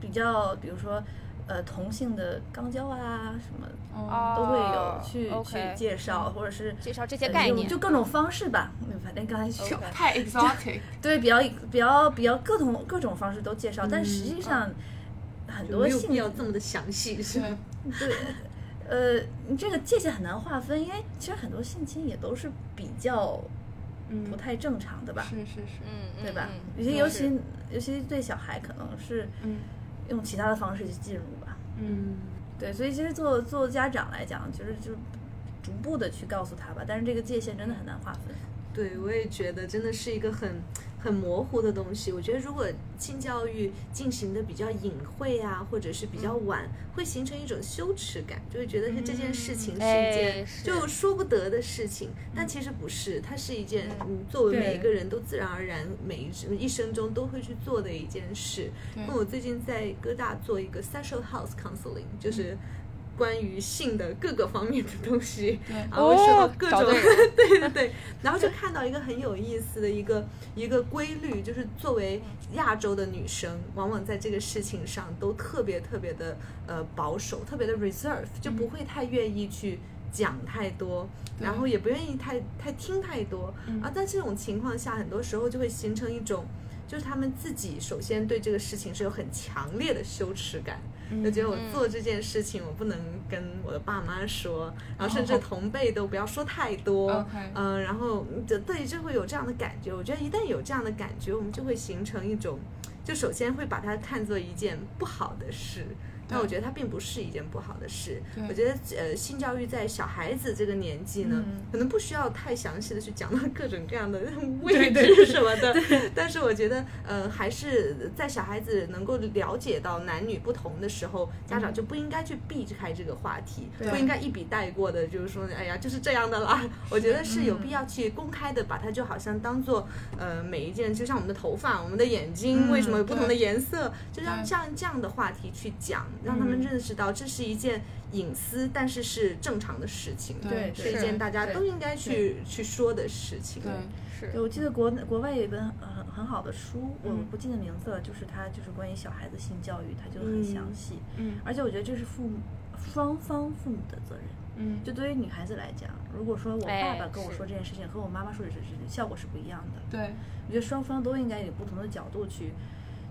Speaker 3: 比较，比如说呃同性的肛交啊什么，
Speaker 1: 哦
Speaker 3: 都会有
Speaker 2: 哦
Speaker 3: 去、
Speaker 2: OK 嗯
Speaker 3: 去介绍，或者是
Speaker 2: 介绍这些
Speaker 3: 呃
Speaker 2: 概
Speaker 3: 就
Speaker 2: 念
Speaker 3: 就各种方式吧。嗯反正刚才说。
Speaker 1: 太 exotic
Speaker 3: 对，比较比较比较各种各种方式都介绍，
Speaker 2: 嗯
Speaker 3: 但实际上很
Speaker 4: 就
Speaker 3: 多
Speaker 4: 没有
Speaker 3: 性
Speaker 4: 必要这么的详细，是吧
Speaker 1: 对？
Speaker 3: 对，呃，你这个界限很难划分，因为其实很多性侵也都是比较
Speaker 1: 嗯
Speaker 3: 不太正常的吧，
Speaker 1: 是是是
Speaker 2: 嗯，嗯
Speaker 3: 对吧？
Speaker 2: 嗯
Speaker 3: 尤其尤
Speaker 2: 是
Speaker 3: 其尤其对小孩，可能是
Speaker 1: 嗯
Speaker 3: 用其他的方式去进入吧。
Speaker 1: 嗯
Speaker 3: 对，所以其实做做家长来讲，就是就是逐步的去告诉他吧，但是这个界限真的很难划分。
Speaker 4: 对，我也觉得真的是一个很很模糊的东西。我觉得如果性教育进行的比较隐晦啊，或者是比较晚，会形成一种羞耻感，就会觉得是这件事情是一
Speaker 2: 哎
Speaker 4: 件
Speaker 2: 是
Speaker 4: 就说不得的事情，但其实不是，它是一件嗯，作为每一个人都自然而然每一一生中都会去做的一件事。
Speaker 1: 对
Speaker 4: 那我最近在哥大做一个 sexual health counseling，就是关于性的各个方面的东西，
Speaker 1: 对
Speaker 4: 然后说到
Speaker 2: 哦
Speaker 4: 各
Speaker 2: 找
Speaker 4: 种，
Speaker 2: 对
Speaker 4: 对对对，然后就看到一个很有意思的一个一个规律，就是作为亚洲的女生，往往在这个事情上都特别特别的呃保守，特别的 reserve，就不会太愿意去。讲太多，
Speaker 1: 对
Speaker 4: 然后也不愿意太太听太多、
Speaker 1: 嗯
Speaker 4: 啊，在这种情况下，很多时候就会形成一种，就是他们自己首先对这个事情是有很强烈的羞耻感，
Speaker 1: 嗯
Speaker 4: 就觉得我做这件事情，我不能跟我的爸妈说，然后甚至同辈都不要说太多。嗯
Speaker 1: 哦 OK
Speaker 4: 然后就对，就会有这样的感觉。我觉得一旦有这样的感觉，我们就会形成一种，就首先会把它看作一件不好的事。但我觉得它并不是一件不好的事
Speaker 1: 对。
Speaker 4: 我觉得呃，性教育在小孩子这个年纪呢，
Speaker 1: 嗯
Speaker 4: 可能不需要太详细的去讲到各种各样的 位置什么的。但是我觉得呃，还是在小孩子能够了解到男女不同的时候，家长就不应该去避开这个话题，
Speaker 1: 对
Speaker 4: 不应该一笔带过的，就是说哎呀就是这样的啦。我觉得是有必要去公开的把它就好像当做呃每一件，就像我们的头发、我们的眼睛，
Speaker 6: 嗯
Speaker 4: 为什么有不同的
Speaker 1: 对
Speaker 4: 颜色，就让
Speaker 1: 对
Speaker 4: 这样这样的话题去讲，让他们认识到这是一件隐私，但是是正常的事情，
Speaker 1: 对
Speaker 4: 是一
Speaker 3: 是
Speaker 4: 件大家
Speaker 3: 对
Speaker 4: 都应该去去说的事情。
Speaker 1: 对，
Speaker 3: 对，我记得国内国外有一本很很好的书，我
Speaker 1: 嗯
Speaker 3: 不记得名字了，就是它就是关于小孩子性教育，它就很详
Speaker 4: 嗯
Speaker 3: 细，
Speaker 1: 嗯
Speaker 3: 而且我觉得这是父母双方父母的责任。
Speaker 1: 嗯，
Speaker 3: 就对于女孩子来讲，如果说我爸
Speaker 2: 哎
Speaker 3: 爸跟我
Speaker 2: 是
Speaker 3: 说这件事情和我妈妈说这件事情，效果是不一样的。
Speaker 1: 对
Speaker 3: 我觉得双方都应该有不同的角度去，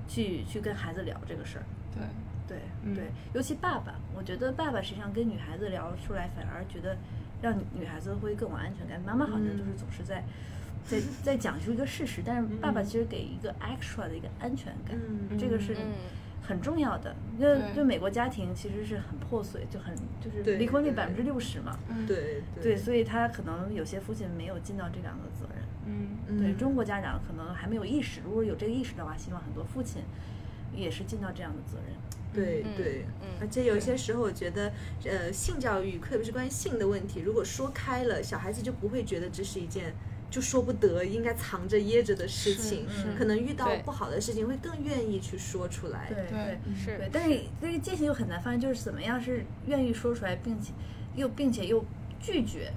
Speaker 3: 去去跟孩子聊这个事儿。
Speaker 1: 对
Speaker 3: 对、
Speaker 1: 嗯
Speaker 3: 对，尤其爸爸，我觉得爸爸实际上跟女孩子聊出来，反而觉得让女孩子会更有安全感。妈妈好像就是总是在、在在讲究一个事实，但是爸爸其实给一个 extra 的一个安全感，
Speaker 4: 嗯
Speaker 3: 这个是
Speaker 2: 嗯，
Speaker 3: 很重要的。因为
Speaker 1: 对
Speaker 3: 对美国家庭其实是很破碎，就很就是
Speaker 4: 对
Speaker 3: 离婚率
Speaker 4: 对
Speaker 3: 百分之六十嘛。
Speaker 1: 嗯
Speaker 4: 对
Speaker 3: 对，所以他可能有些父亲没有尽到这两个责任。
Speaker 1: 嗯
Speaker 3: 对
Speaker 4: 嗯
Speaker 3: 中国家长可能还没有意识，如果有这个意识的话，希望很多父亲也是尽到这样的责任。
Speaker 4: 对
Speaker 2: 嗯
Speaker 4: 对
Speaker 2: 嗯，
Speaker 4: 而且有些时候，我觉得，呃，性教育，特别是关于性的问题，如果说开了，小孩子就不会觉得这是一件就说不得、应该藏着掖着的事情，
Speaker 3: 是
Speaker 4: 可能遇到
Speaker 2: 对
Speaker 4: 不好的事情会更愿意去说出来。
Speaker 3: 哎对
Speaker 1: 对
Speaker 2: 是
Speaker 3: 对，但是这个界限又很难发现，就是怎么样是愿意说出来，并且又并且又拒绝，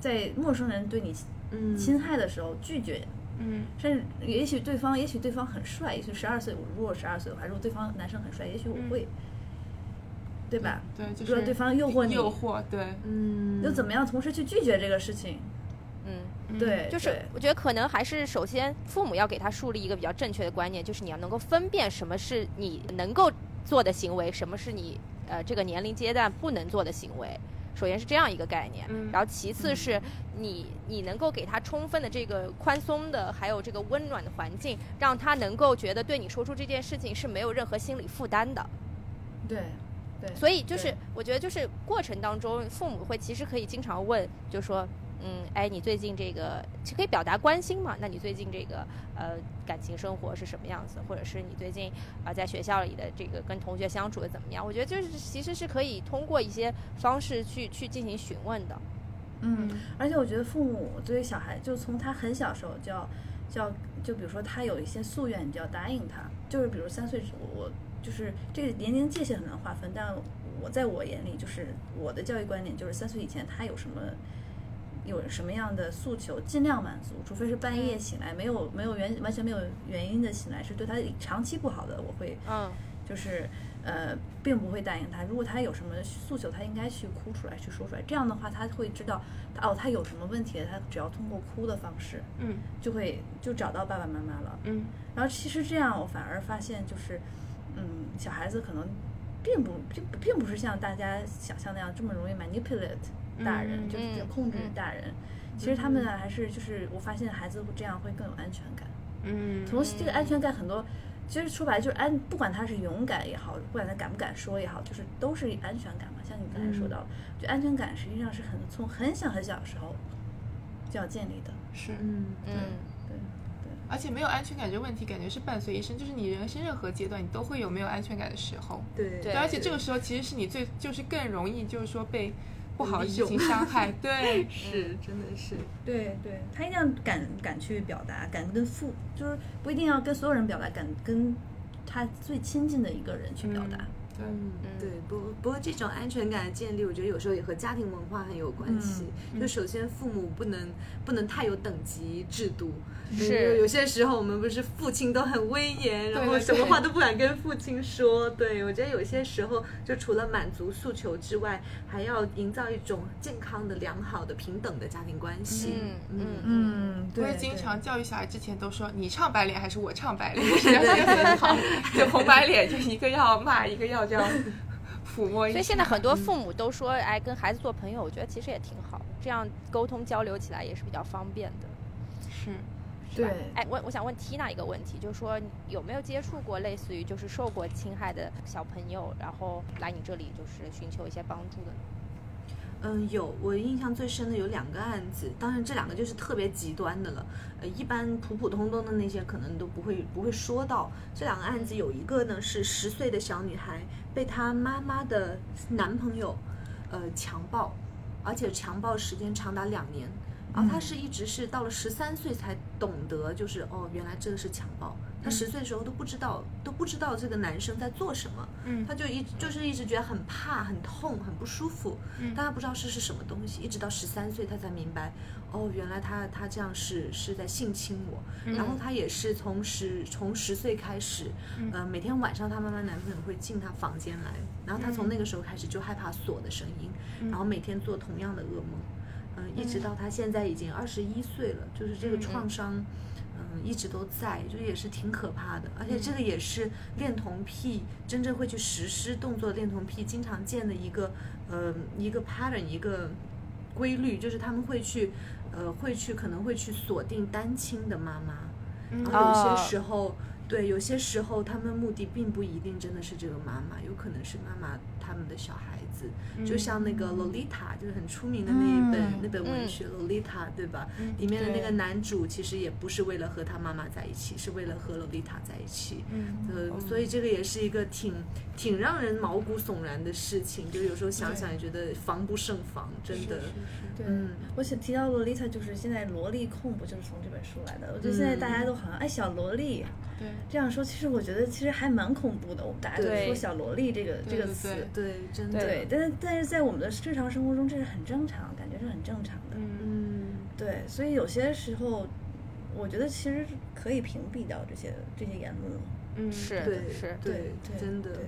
Speaker 3: 在陌生人对你
Speaker 4: 嗯，
Speaker 3: 侵害的时候拒绝。
Speaker 1: 嗯
Speaker 3: 甚至也许对方，也许对方很帅，也许十二岁，我如果十二岁的话，如果对方男生很帅，也许我
Speaker 1: 嗯
Speaker 3: 会，对吧？
Speaker 1: 对，就
Speaker 3: 如果
Speaker 1: 是
Speaker 3: 对方诱惑你
Speaker 1: 诱惑对，
Speaker 4: 嗯，
Speaker 3: 又怎么样同时去拒绝这个事情？
Speaker 2: 嗯。
Speaker 1: 嗯
Speaker 3: 对，
Speaker 2: 就是
Speaker 3: 对
Speaker 2: 我觉得可能还是首先父母要给他树立一个比较正确的观念，就是你要能够分辨什么是你能够做的行为，什么是你呃这个年龄阶段不能做的行为。首先是这样一个概念，
Speaker 1: 嗯
Speaker 2: 然后其次是你你能够给他充分的这个宽松的，还有这个温暖的环境，让他能够觉得对你说出这件事情是没有任何心理负担的。
Speaker 3: 对对，
Speaker 2: 所以就是
Speaker 3: 对
Speaker 2: 我觉得就是过程当中，父母会其实可以经常问，就说，嗯，哎，你最近这个就可以表达关心嘛？那你最近这个呃感情生活是什么样子？或者是你最近啊、在学校里的这个跟同学相处的怎么样？我觉得就是其实是可以通过一些方式去去进行询问的。
Speaker 3: 嗯，而且我觉得父母对于小孩，就从他很小时候就要，就要，就比如说他有一些夙愿，你就要答应他。就是比如三岁之，我我就是这个年龄界限很难划分，但我在我眼里，就是我的教育观点就是三岁以前他有什么。有什么样的诉求，尽量满足，除非是半夜醒来没有没有原完全没有原因的醒来，是对他长期不好的，我会
Speaker 2: 嗯，
Speaker 3: 就是呃，并不会答应他。如果他有什么诉求，他应该去哭出来，去说出来。这样的话，他会知道他哦，他有什么问题，他只要通过哭的方式，
Speaker 1: 嗯
Speaker 3: 就会就找到爸爸妈妈了。
Speaker 1: 嗯
Speaker 3: 然后其实这样，我反而发现就是，嗯，小孩子可能并不并不并不是像大家想象那样这么容易 manipulate 大人，
Speaker 1: 嗯
Speaker 3: 就是
Speaker 2: 嗯
Speaker 3: 控制
Speaker 2: 嗯
Speaker 3: 大人。其实他们还是就是，我发现孩子会这样会更有安全感。
Speaker 1: 嗯，
Speaker 3: 从这个安全感很多，其实说白了就是安，不管他是勇敢也好，不管他敢不敢说也好，就是都是安全感嘛。像你刚才说到的，就安全感实际上是很从很小很小的时候就要建立的。
Speaker 1: 是
Speaker 4: 嗯，
Speaker 2: 嗯
Speaker 3: 对，
Speaker 1: 而且没有安全感这个问题，感觉是伴随一生，就是你人生任何阶段，你都会有没有安全感的时候。
Speaker 4: 对
Speaker 2: 对
Speaker 1: 而且这个时候其实是你最就是更容易就是说被不好的事情伤害， 对，
Speaker 4: 是真的是，
Speaker 3: 对对，他一定要敢敢去表达，敢跟父，就是不一定要跟所有人表达，敢跟他最亲近的一个人去表达。
Speaker 1: 对，
Speaker 4: 嗯，对，不不过这种安全感的建立，我觉得有时候也和家庭文化很有关系。
Speaker 1: 嗯
Speaker 4: 就首先父母不能不能太有等级制度，
Speaker 2: 是
Speaker 4: 有有些时候我们不是父亲都很威严，然后
Speaker 1: 对
Speaker 4: 什么
Speaker 1: 对
Speaker 4: 话都不敢跟父亲说。对我觉得有些时候就除了满足诉求之外，还要营造一种健康的、良好的、平等的家庭关系。
Speaker 2: 嗯嗯
Speaker 3: 嗯，
Speaker 1: 我
Speaker 3: 对，
Speaker 1: 也经
Speaker 3: 对
Speaker 1: 常教育小孩之前都说你唱白脸还是我唱白脸，谁要先分好，就红白脸就一个要骂，一个要这样抚摸一下。
Speaker 2: 所以现在很多父母都说，哎，跟孩子做朋友，我觉得其实也挺好，这样沟通交流起来也是比较方便的。
Speaker 1: 是
Speaker 2: 是吧
Speaker 3: 对
Speaker 2: 哎，我我想问 Tina 一个问题，就是说你有没有接触过类似于就是受过侵害的小朋友，然后来你这里就是寻求一些帮助的呢？
Speaker 4: 嗯，有，我印象最深的有两个案子，当然这两个就是特别极端的了，呃，一般普普通通的那些可能都不会不会说到。这两个案子有一个呢是十岁的小女孩被她妈妈的男朋友，呃，强暴，而且强暴时间长达两年，然后她
Speaker 3: 嗯
Speaker 4: 是一直是到了十三岁才懂得，就是哦，原来这个是强暴。
Speaker 1: 嗯
Speaker 4: 她十岁的时候都不知道，都不知道这个男生在做什么，
Speaker 1: 嗯
Speaker 4: 她就一就是一直觉得很怕、很痛、很不舒服，
Speaker 1: 嗯
Speaker 4: 但他不知道这是什么东西，一直到十三岁他才明白，哦，原来他他这样是是在性侵我。然后他也是从十从十岁开始，
Speaker 1: 嗯
Speaker 4: 呃，每天晚上她妈妈男朋友会进她房间来，然后她从那个时候开始就害怕锁的声音，
Speaker 1: 嗯
Speaker 4: 然后每天做同样的噩梦，嗯、一直到她现在已经二十一岁了，就是这个创伤。嗯一直都在，就也是挺可怕的，而且这个也是恋童癖真正会去实施动作恋童癖经常见的一个，呃，一个 pattern，一个规律，就是他们会去，呃，会去可能会去锁定单亲的妈妈，
Speaker 1: 嗯
Speaker 4: 然后有
Speaker 2: 哦
Speaker 4: 些时候，对，有些时候他们目的并不一定真的是这个妈妈，有可能是妈妈他们的小孩子，就像那个《Lolita》，就是很出名的那一本、
Speaker 7: 嗯
Speaker 4: 那本文
Speaker 2: 嗯
Speaker 4: 学《Lolita》，对吧？
Speaker 1: 嗯
Speaker 4: 里面的那
Speaker 2: 对
Speaker 4: 个男主其实也不是为了和他妈妈在一起，是为了和 Lolita 在一起。
Speaker 1: 嗯
Speaker 4: 呃，所以这个也是一个挺挺让人毛骨悚然的事情，就有时候想
Speaker 1: 对
Speaker 4: 想也觉得防不胜防，真的。
Speaker 3: 对，
Speaker 4: 嗯
Speaker 3: 我想提到洛丽塔，就是现在萝莉控不就是从这本书来的？我觉得现在大家都好像哎小萝莉
Speaker 1: 对
Speaker 3: 这样说，其实我觉得其实还蛮恐怖的。我们大家都
Speaker 2: 对
Speaker 3: 说小萝莉这个这
Speaker 1: 对
Speaker 3: 个
Speaker 1: 对
Speaker 3: 词，
Speaker 1: 对
Speaker 4: 对，真的。
Speaker 3: 对，但是但是在我们的日常生活中，这是很正常，感觉是很正常的。
Speaker 1: 嗯
Speaker 4: 嗯，
Speaker 3: 对，所以有些时候，我觉得其实是可以屏蔽掉这些这些言论了。
Speaker 1: 嗯
Speaker 2: 是
Speaker 4: 对
Speaker 2: 是，
Speaker 4: 对，
Speaker 3: 对
Speaker 4: 真的
Speaker 3: 对。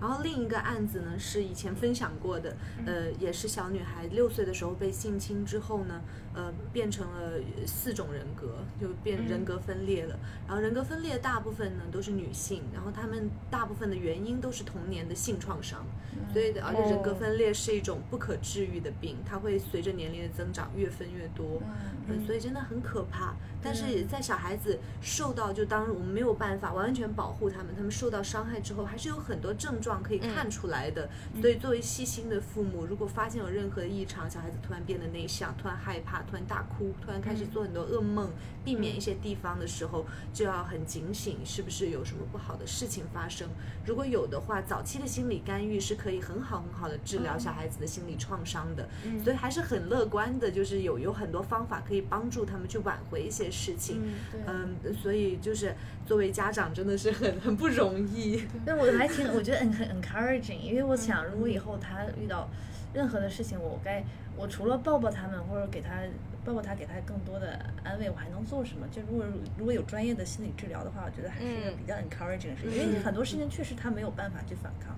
Speaker 4: 然后另一个案子呢，是以前分享过的，
Speaker 3: 嗯
Speaker 4: 呃，也是小女孩六岁的时候被性侵之后呢，呃，变成了呃四种人格，就
Speaker 3: 嗯
Speaker 4: 变人格分裂了。然后人格分裂大部分呢都是女性，然后她们大部分的原因都是童年的性创伤，所以而且人格
Speaker 2: 哦
Speaker 4: 分裂是一种不可治愈的病，它会随着年龄的增长越分越多。嗯，所以真的很可怕。但是也在小孩子受到，就当我们没有办法完全保护他们，他们受到伤害之后，还是有很多症状可以看出来的。所以作为细心的父母，如果发现有任何异常，小孩子突然变得内向，突然害怕，突然大哭，突然开始做很多噩梦，避免
Speaker 3: 嗯
Speaker 4: 一些地方的时候，就要很警醒，是不是有什么不好的事情发生？如果有的话，早期的心理干预是可以很好很好的治疗小孩子的心理创伤的。
Speaker 3: 嗯
Speaker 4: 所以还是很乐观的，就是有有很多方法可以帮助他们去挽回一些事情。
Speaker 1: 嗯
Speaker 4: 嗯，所以就是作为家长真的是很很不容易。
Speaker 3: 但我还挺，我觉得很很 encouraging，因为我
Speaker 2: 嗯
Speaker 3: 想，如果以后他遇到任何的事情，我该我除了抱抱他们，或者给他抱抱他，给他更多的安慰，我还能做什么？就如果如果有专业的心理治疗的话，我觉得还是
Speaker 2: 嗯
Speaker 3: 比较 encouraging 的事情，因为很多事情确实他没有办法去反抗，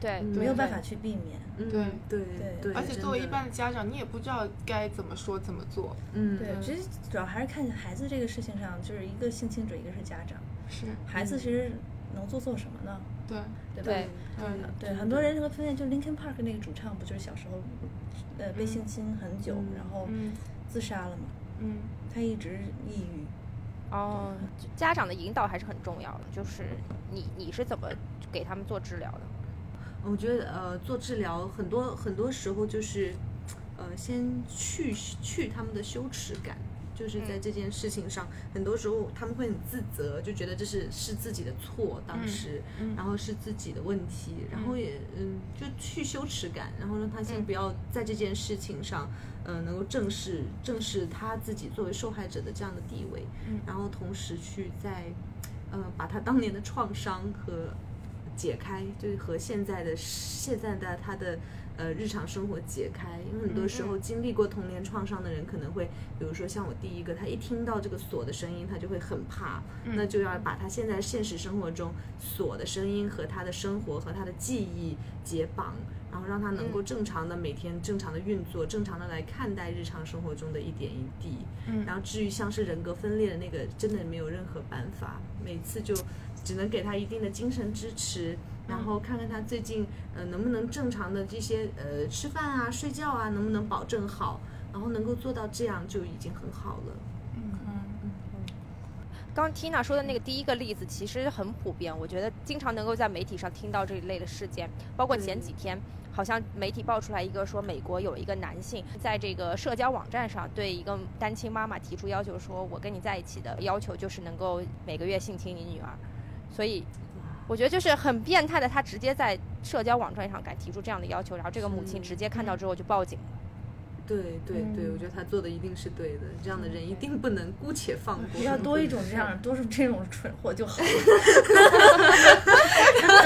Speaker 2: 对
Speaker 4: 嗯
Speaker 3: 没有办
Speaker 1: 对
Speaker 3: 法去避免。
Speaker 4: 嗯
Speaker 1: 对
Speaker 4: 对
Speaker 3: 对
Speaker 4: 对，
Speaker 1: 而且
Speaker 4: 真
Speaker 1: 作为一
Speaker 4: 的
Speaker 1: 般，的家长，你也不知道该怎么说怎么做。
Speaker 4: 嗯，
Speaker 3: 对，其实主要还是看孩子这个事情上，就是一个性侵者，一个是家长，
Speaker 1: 是
Speaker 3: 孩子其实能做错什么呢？
Speaker 1: 对
Speaker 2: 嗯
Speaker 3: 对吧？
Speaker 2: 对
Speaker 1: 嗯对
Speaker 3: 嗯对，很多人能够分辨，就 Linkin Park 那个主唱不就是小时候，呃，被性侵很久，
Speaker 4: 嗯
Speaker 3: 然后
Speaker 1: 嗯
Speaker 3: 自杀了嘛？
Speaker 1: 嗯
Speaker 3: 他一直抑郁。
Speaker 2: 哦，就家长的引导还是很重要的，就是你你是怎么给他们做治疗的？
Speaker 4: 我觉得呃，做治疗很多很多时候就是，呃，先去去他们的羞耻感，就是在
Speaker 2: 嗯
Speaker 4: 这件事情上，很多时候他们会很自责，就觉得这是是自己的错，当
Speaker 1: 嗯
Speaker 4: 时，
Speaker 1: 嗯
Speaker 4: 然后是自己的问题，然后也嗯，就去羞耻感，然后让他先
Speaker 2: 嗯
Speaker 4: 不要在这件事情上，呃，能够正视正视他自己作为受害者的这样的地位，
Speaker 1: 嗯
Speaker 4: 然后同时去在，呃，把他当年的创伤和解开，就是和现在的现在的他的呃日常生活解开。因为很多时候经历过童年创伤的人，可能会，比如说像我第一个，他一听到这个锁的声音，他就会很怕，那就要把他现在现实生活中锁的声音和他的生活和他的记忆解绑。然后让他能够正常的每天正常的运作，正常的来看待日常生活中的一点一滴。嗯，然后至于像是人格分裂的那个，真的没有任何办法，每次就只能给他一定的精神支持，
Speaker 8: 嗯
Speaker 4: 然后看看他最近呃能不能正常的这些呃吃饭啊、睡觉啊，能不能保证好，然后能够做到这样就已经很好了。
Speaker 1: 嗯
Speaker 2: 刚 Tina 说的那个第一个例子其实很普遍，我觉得经常能够在媒体上听到这一类的事件，包括前
Speaker 4: 对
Speaker 2: 几天。好像媒体爆出来一个说，美国有一个男性在这个社交网站上对一个单亲妈妈提出要求，说我跟你在一起的要求就是能够每个月性侵你女儿，所以我觉得就是很变态的，他直接在社交网站上敢提出这样的要求，然后这个母亲
Speaker 4: 是
Speaker 2: 直接看到之后就报警了。
Speaker 4: 对对对，
Speaker 1: 嗯
Speaker 4: 我觉得他做的一定是对的，这样的人一定不能姑且放过。
Speaker 8: 要多一种这 样，多是这种蠢货就好了。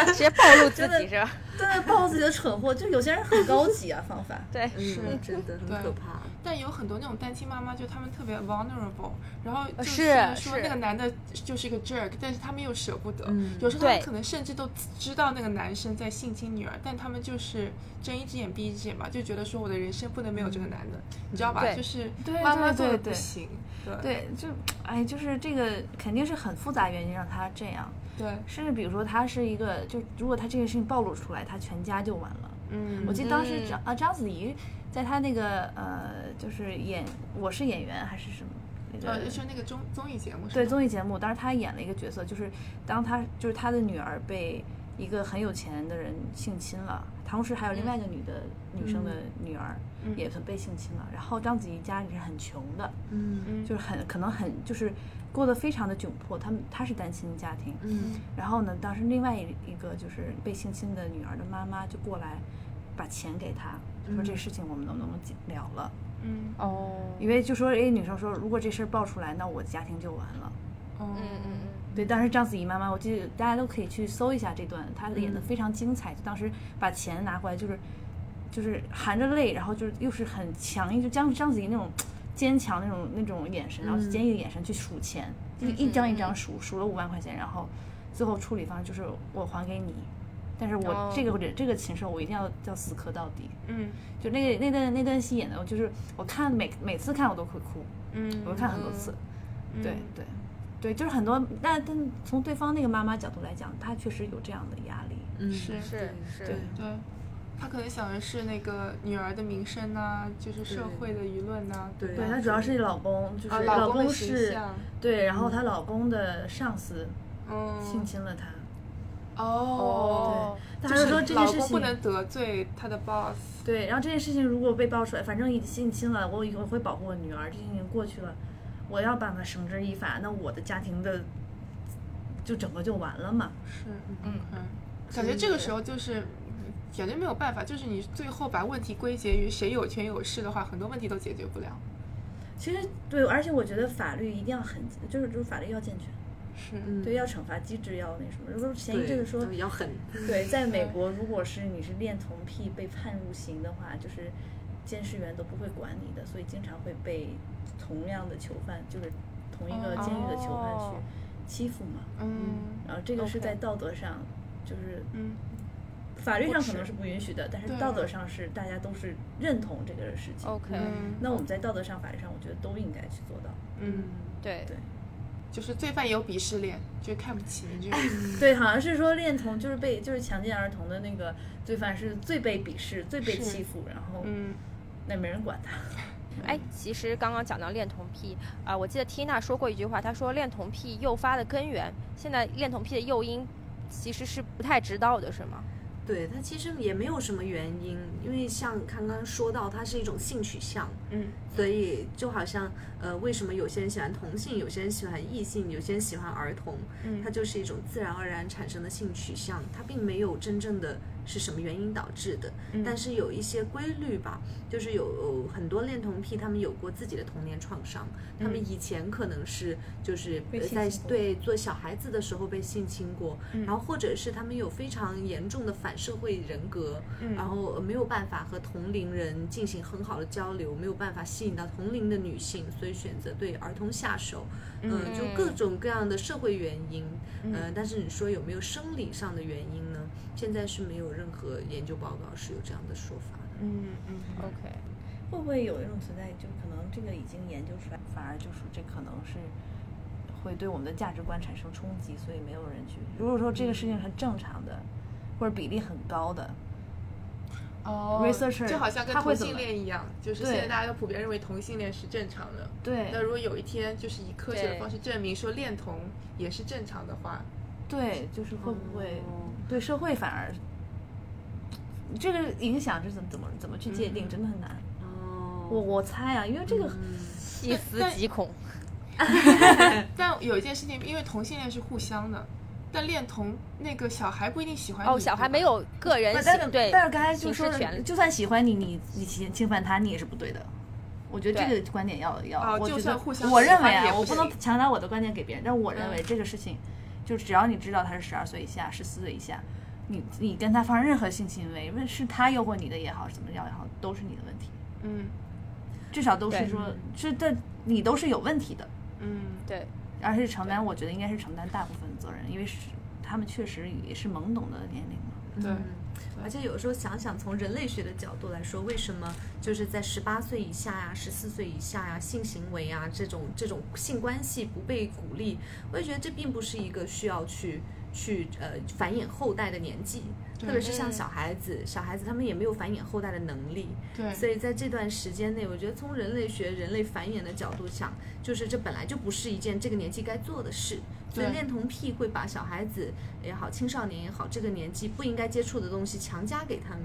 Speaker 2: 直接暴露 自己是吧？
Speaker 8: 对，报自己的蠢货，就有些人很高级啊，方法。
Speaker 2: 对，
Speaker 4: 嗯，真的很
Speaker 1: 对
Speaker 4: 可怕。
Speaker 1: 但有很多那种单亲妈妈，就他们特别 vulnerable，然后就是虽然说
Speaker 2: 是
Speaker 1: 那个男的就是个 jerk，但是他们又舍不得。
Speaker 4: 嗯
Speaker 1: 有时候他们
Speaker 2: 对
Speaker 1: 可能甚至都知道那个男生在性侵女儿，但他们就是睁一只眼闭一只眼吧，就觉得说我的人生不能没有这个男的，你知道吧？
Speaker 2: 对
Speaker 1: 就是
Speaker 3: 对
Speaker 1: 妈妈
Speaker 3: 对
Speaker 1: 做
Speaker 3: 对
Speaker 1: 的不
Speaker 3: 对
Speaker 1: 行。对
Speaker 3: 对，就哎，就是这个肯定是很复杂原因让他这样，
Speaker 1: 对，
Speaker 3: 甚至比如说他是一个，就如果他这个事情暴露出来，他全家就完了。
Speaker 1: 嗯
Speaker 3: 我记得当时
Speaker 2: 嗯
Speaker 3: 章呃章子怡在她那个呃就是演我是演员还是什么那个
Speaker 1: 呃，就说那个综综艺节目是
Speaker 3: 对
Speaker 1: 吗
Speaker 3: 综艺节目，当时她演了一个角色，就是当她就是她的女儿被一个很有钱的人性侵了，同时还有另外一个女的、女生的女儿
Speaker 1: 嗯
Speaker 3: 也被性侵了。然后章子怡家里是很穷的，
Speaker 4: 嗯
Speaker 1: 嗯
Speaker 3: 就是很可能很就是过得非常的窘迫，他们她是单亲家庭，
Speaker 4: 嗯
Speaker 3: 然后呢，当时另外一一个就是被性侵的女儿的妈妈就过来，把钱给她，说
Speaker 4: 嗯
Speaker 3: 这事情我们能不能解了了？
Speaker 1: 嗯
Speaker 2: 哦，
Speaker 3: 因为就说 A 女生说，如果这事儿爆出来，那我家庭就完了。
Speaker 1: 哦
Speaker 2: 嗯嗯
Speaker 3: 对，当时章子怡妈妈，我记得大家都可以去搜一下这段，她演的
Speaker 4: 嗯
Speaker 3: 非常精彩。就当时把钱拿过来，就是就是含着泪，然后就是又是很强硬，就章章子怡那种坚强那种那种眼神，然后
Speaker 4: 嗯
Speaker 3: 坚毅的眼神去数钱，就是一张一张数，数了五万块钱，然后最后处理方式就是我还给你，但是我
Speaker 2: 哦
Speaker 3: 这个人、这个禽兽我一定要要死磕到底。
Speaker 1: 嗯
Speaker 3: 就那个那段那段戏演的，我就是我看每每次看我都会哭，
Speaker 1: 嗯，
Speaker 3: 我看很多次。
Speaker 1: 嗯
Speaker 3: 对对对，就是很多，但但从对方那个妈妈角度来讲，她确实有这样的压力。
Speaker 4: 嗯，
Speaker 1: 是
Speaker 2: 嗯，是是
Speaker 3: 对，
Speaker 1: 对，他可能想的是那个女儿的名声呐、就是社
Speaker 4: 对
Speaker 1: 会的舆论啊呐、
Speaker 4: 对
Speaker 3: 对，她主要是老公，就是
Speaker 1: 啊，
Speaker 3: 老
Speaker 1: 公的形
Speaker 3: 是
Speaker 1: 象，
Speaker 3: 对，然后她老公的上司
Speaker 1: 嗯，
Speaker 3: 性侵了她，
Speaker 1: 哦，
Speaker 3: 她
Speaker 1: 就
Speaker 3: 就是说这件
Speaker 1: 老
Speaker 3: 事
Speaker 1: 公不
Speaker 3: 情
Speaker 1: 能得罪他的 boss，
Speaker 3: 对，然后这件事情如果被爆出来，反正已经性侵了，我以后会保护我女儿，这件事情过去了，我要办法绳之以法，那我的家庭的就整个就完了嘛。
Speaker 1: 是，
Speaker 2: 嗯
Speaker 1: 嗯，感觉这个时候就是。感觉没有办法，就是你最后把问题归结于谁有权有势的话，很多问题都解决不了。
Speaker 8: 其实对，而且我觉得法律一定要很，就是就是法律要健全，
Speaker 1: 是，
Speaker 4: 嗯
Speaker 8: 对，要惩罚机制要那什么。如果前
Speaker 4: 对
Speaker 8: 一阵子说，
Speaker 4: 要狠，
Speaker 8: 对，在美国，如果是你是恋童癖被判入刑的话，就是监视员都不会管你的，所以经常会被同样的囚犯，就是同一个监狱的囚犯
Speaker 2: 哦
Speaker 8: 去欺负嘛。
Speaker 1: 嗯
Speaker 8: 然后这个是
Speaker 2: OK
Speaker 8: 在道德上，就是
Speaker 1: 嗯，
Speaker 8: 法律上
Speaker 2: 不
Speaker 8: 可能
Speaker 2: 耻
Speaker 8: 是不允许的，但是
Speaker 1: 对
Speaker 8: 道德上是大家都是认同这个事情。
Speaker 2: OK，
Speaker 1: 嗯
Speaker 8: 那我们在道德上、法律上，我觉得都应该去做到。
Speaker 1: 嗯，
Speaker 2: 对
Speaker 8: 对
Speaker 1: 就是罪犯也有鄙视链，就看不起你这种。
Speaker 3: 嗯
Speaker 8: 对，好像是说恋童就是被就是强奸儿童的那个罪犯是最被鄙视、最被
Speaker 1: 是
Speaker 8: 欺负，然后
Speaker 1: 嗯
Speaker 8: 那没人管他。
Speaker 2: 哎，其实刚刚讲到恋童癖啊、我记得 Tina 说过一句话，她说恋童癖诱发的根源，现在恋童癖的诱因其实是不太知道的，是吗？
Speaker 4: 对它其实也没有什么原因，因为像刚刚说到，它是一种性取向，
Speaker 1: 嗯
Speaker 4: 所以就好像呃，为什么有些人喜欢同性，有些人喜欢异性，有些人喜欢儿童，
Speaker 1: 嗯
Speaker 4: 它就是一种自然而然产生的性取向，它并没有真正的是什么原因导致的，
Speaker 1: 嗯
Speaker 4: 但是有一些规律吧，就是有有很多恋童癖，他们有过自己的童年创伤，他们以前可能是就是
Speaker 8: 嗯被
Speaker 4: 呃
Speaker 8: 性
Speaker 4: 在
Speaker 8: 侵过
Speaker 4: 对做小孩子的时候被性侵过，
Speaker 1: 嗯
Speaker 4: 然后或者是他们有非常严重的反社会人格，
Speaker 1: 嗯
Speaker 4: 然后呃没有办法和同龄人进行很好的交流，没有办法吸引到同龄的女性，所以选择对儿童下手，嗯、
Speaker 1: 嗯
Speaker 4: 就各种各样的社会原因，
Speaker 1: 嗯
Speaker 4: 呃，但是你说有没有生理上的原因呢？现在是没有任何研究报告是有这样的说法的。
Speaker 1: 嗯嗯
Speaker 3: 哦
Speaker 2: ，OK，
Speaker 8: 会不会有一种存在，就可能这个已经研究出来，
Speaker 3: 反而就是这可能是会对我们的价值观产生冲击，所以没有人去。如果说这个事情很正常的，或者比例很高的，
Speaker 1: 哦
Speaker 3: researcher，
Speaker 1: 就好像跟
Speaker 3: 他
Speaker 1: 同
Speaker 3: 会怎
Speaker 1: 性
Speaker 3: 么
Speaker 1: 恋一样，就是
Speaker 3: 对
Speaker 1: 现在大家都普遍认为同性恋是正常的。
Speaker 3: 对
Speaker 1: 那如果有一天就是以科学的
Speaker 2: 对
Speaker 1: 方式证明说恋童也是正常的话，
Speaker 3: 对，就是会不会
Speaker 8: 哦
Speaker 3: 对社会反而这个影响是怎么怎么怎么去界定，
Speaker 1: 嗯
Speaker 3: 真的很难。
Speaker 4: 哦
Speaker 3: 我我猜啊，因为这个
Speaker 8: 嗯
Speaker 2: 细思极恐。
Speaker 1: 但有一件事情，因为同性恋是互相的，但恋童那个小孩不一定喜欢你
Speaker 2: 哦，小孩没
Speaker 1: 有
Speaker 2: 有个人呃
Speaker 3: 但
Speaker 2: 行
Speaker 3: 但
Speaker 2: 对，
Speaker 3: 但是刚才就
Speaker 2: 刑
Speaker 3: 说
Speaker 2: 事
Speaker 3: 了
Speaker 2: 权利，
Speaker 3: 就算喜欢你，你你侵侵犯他，你也是不对的。我觉得这
Speaker 2: 对
Speaker 3: 个观点要要，
Speaker 1: 哦
Speaker 3: 我
Speaker 1: 就
Speaker 3: 觉
Speaker 1: 算
Speaker 3: 得
Speaker 1: 互相
Speaker 3: 我
Speaker 1: 喜
Speaker 3: 认为
Speaker 1: 欢也
Speaker 3: 啊，
Speaker 1: 不
Speaker 3: 我不能
Speaker 1: 行
Speaker 3: 强加我的观点给别人，但是我认
Speaker 1: 嗯
Speaker 3: 为这个事情，就只要你知道他是十二岁以下、十四岁以下，你你跟他发生任何性行为，问是他诱惑你的也好，是怎么样也好，都是你的问题，
Speaker 1: 嗯
Speaker 3: 至少都是
Speaker 2: 对嗯
Speaker 3: 说是对你都是有问题的，
Speaker 1: 嗯
Speaker 2: 对，
Speaker 3: 而是承担，我觉得应该是承担大部分责任，因为是他们确实也是懵懂的年龄嘛。
Speaker 1: 对
Speaker 4: 嗯而且有时候想想，从人类学的角度来说，为什么就是在十八岁以下呀、十四岁以下呀，性行为啊这种这种性关系不被鼓励？我也觉得这并不是一个需要去去呃繁衍后代的年纪，
Speaker 1: 对
Speaker 4: 特别是像
Speaker 2: 嗯
Speaker 4: 小孩子，小孩子他们也没有繁衍后代的能力，
Speaker 1: 对，
Speaker 4: 嗯所以在这段时间内，我觉得从人类学、人类繁衍的角度想，就是这本来就不是一件这个年纪该做的事。所以
Speaker 1: 对
Speaker 4: 恋童癖会把小孩子也好、青少年也好，这个年纪不应该接触的东西强加给他们。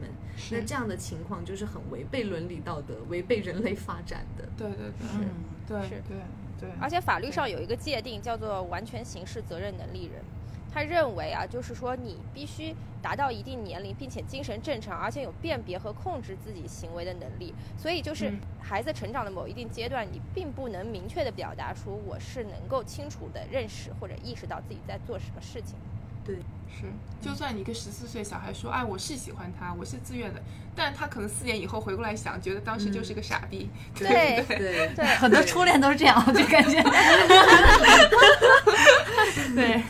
Speaker 4: 那
Speaker 1: 是
Speaker 4: 这样的情况就是很违背伦理道德、违背人类发展的。
Speaker 1: 对对对
Speaker 3: 嗯，
Speaker 1: 对
Speaker 2: 是
Speaker 1: 对对，
Speaker 2: 而且法律上有一个界定叫做完全刑事责任能力人，他认为啊，就是说你必须达到一定年龄，并且精神正常，而且有辨别和控制自己行为的能力。所以就是
Speaker 1: 嗯
Speaker 2: 孩子成长的某一定阶段，你并不能明确的表达出我是能够清楚的认识或者意识到自己在做什么事情。
Speaker 1: 是，就算你跟十四岁小孩说，哎，我是喜欢他，我是自愿的，但他可能四年以后回过来想，觉得当时就是个傻逼。
Speaker 2: 对
Speaker 1: 对
Speaker 4: 对，
Speaker 2: 对，
Speaker 3: 很多初恋都是这样，我就感觉， 对。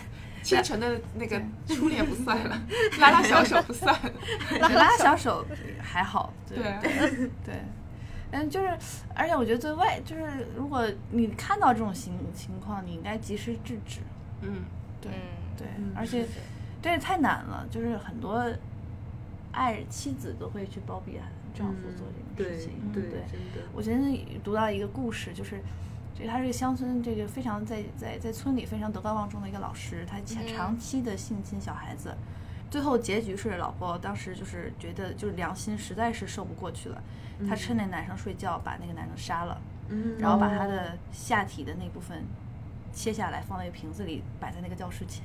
Speaker 1: 清晨的那个初恋不算了，拉拉小手不算了。
Speaker 3: 拉拉小手还好，对
Speaker 1: 对啊，
Speaker 3: 对，嗯，就是，而且我觉得最外就是，如果你看到这种情情况，你应该及时制止。
Speaker 1: 嗯，
Speaker 3: 对
Speaker 2: 嗯，
Speaker 3: 对，
Speaker 4: 嗯
Speaker 3: 而且这太难了，就是很多爱妻子都会去包庇丈夫做这种
Speaker 4: 对
Speaker 3: 事情。
Speaker 4: 嗯对，
Speaker 3: 嗯对
Speaker 4: 真的。
Speaker 3: 我前阵读到一个故事，就是这个他是个乡村这个非常在在在村里非常德高望重的一个老师，他
Speaker 2: 嗯
Speaker 3: 长长期的性侵小孩子，最后结局是老婆当时就是觉得就是良心实在是受不过去了，她
Speaker 4: 嗯
Speaker 3: 趁那男生睡觉把那个男生杀了，
Speaker 4: 嗯，
Speaker 3: 然后把他的下体的那部分切下来放在一个瓶子里摆在那个教室前，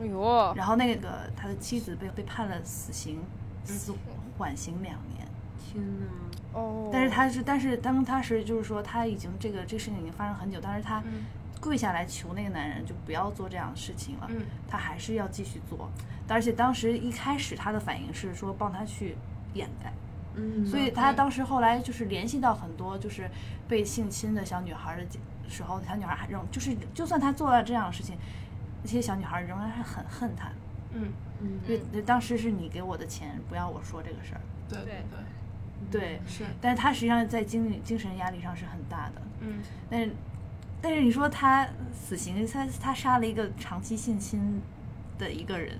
Speaker 2: 哎
Speaker 4: 哦
Speaker 2: 呦，
Speaker 3: 然后那个他的妻子被被判了死刑，
Speaker 4: 嗯
Speaker 3: 死缓刑两年。
Speaker 4: 天哪！
Speaker 2: 哦，
Speaker 3: 但是他是，但是当他是就是说他已经这个这个事情已经发生很久，但是他
Speaker 1: 嗯
Speaker 3: 跪下来求那个男人就不要做这样的事情了，
Speaker 1: 嗯
Speaker 3: 他还是要继续做，而且当时一开始他的反应是说帮他去掩盖，
Speaker 4: 嗯，
Speaker 3: 所以他当时后来就是联系到很多就是被性侵的小女孩的时候，小女孩还仍就是就算他做了这样的事情，那些小女孩仍然是很恨他，
Speaker 1: 嗯，
Speaker 4: 嗯，
Speaker 3: 因为当时是你给我的钱，不要我说这个事儿，
Speaker 1: 对对
Speaker 3: 对，
Speaker 1: 对，嗯是，
Speaker 3: 但是他实际上在精力精神压力上是很大的。
Speaker 1: 嗯
Speaker 3: 但是，但是你说他死刑，他他杀了一个长期性侵的一个人，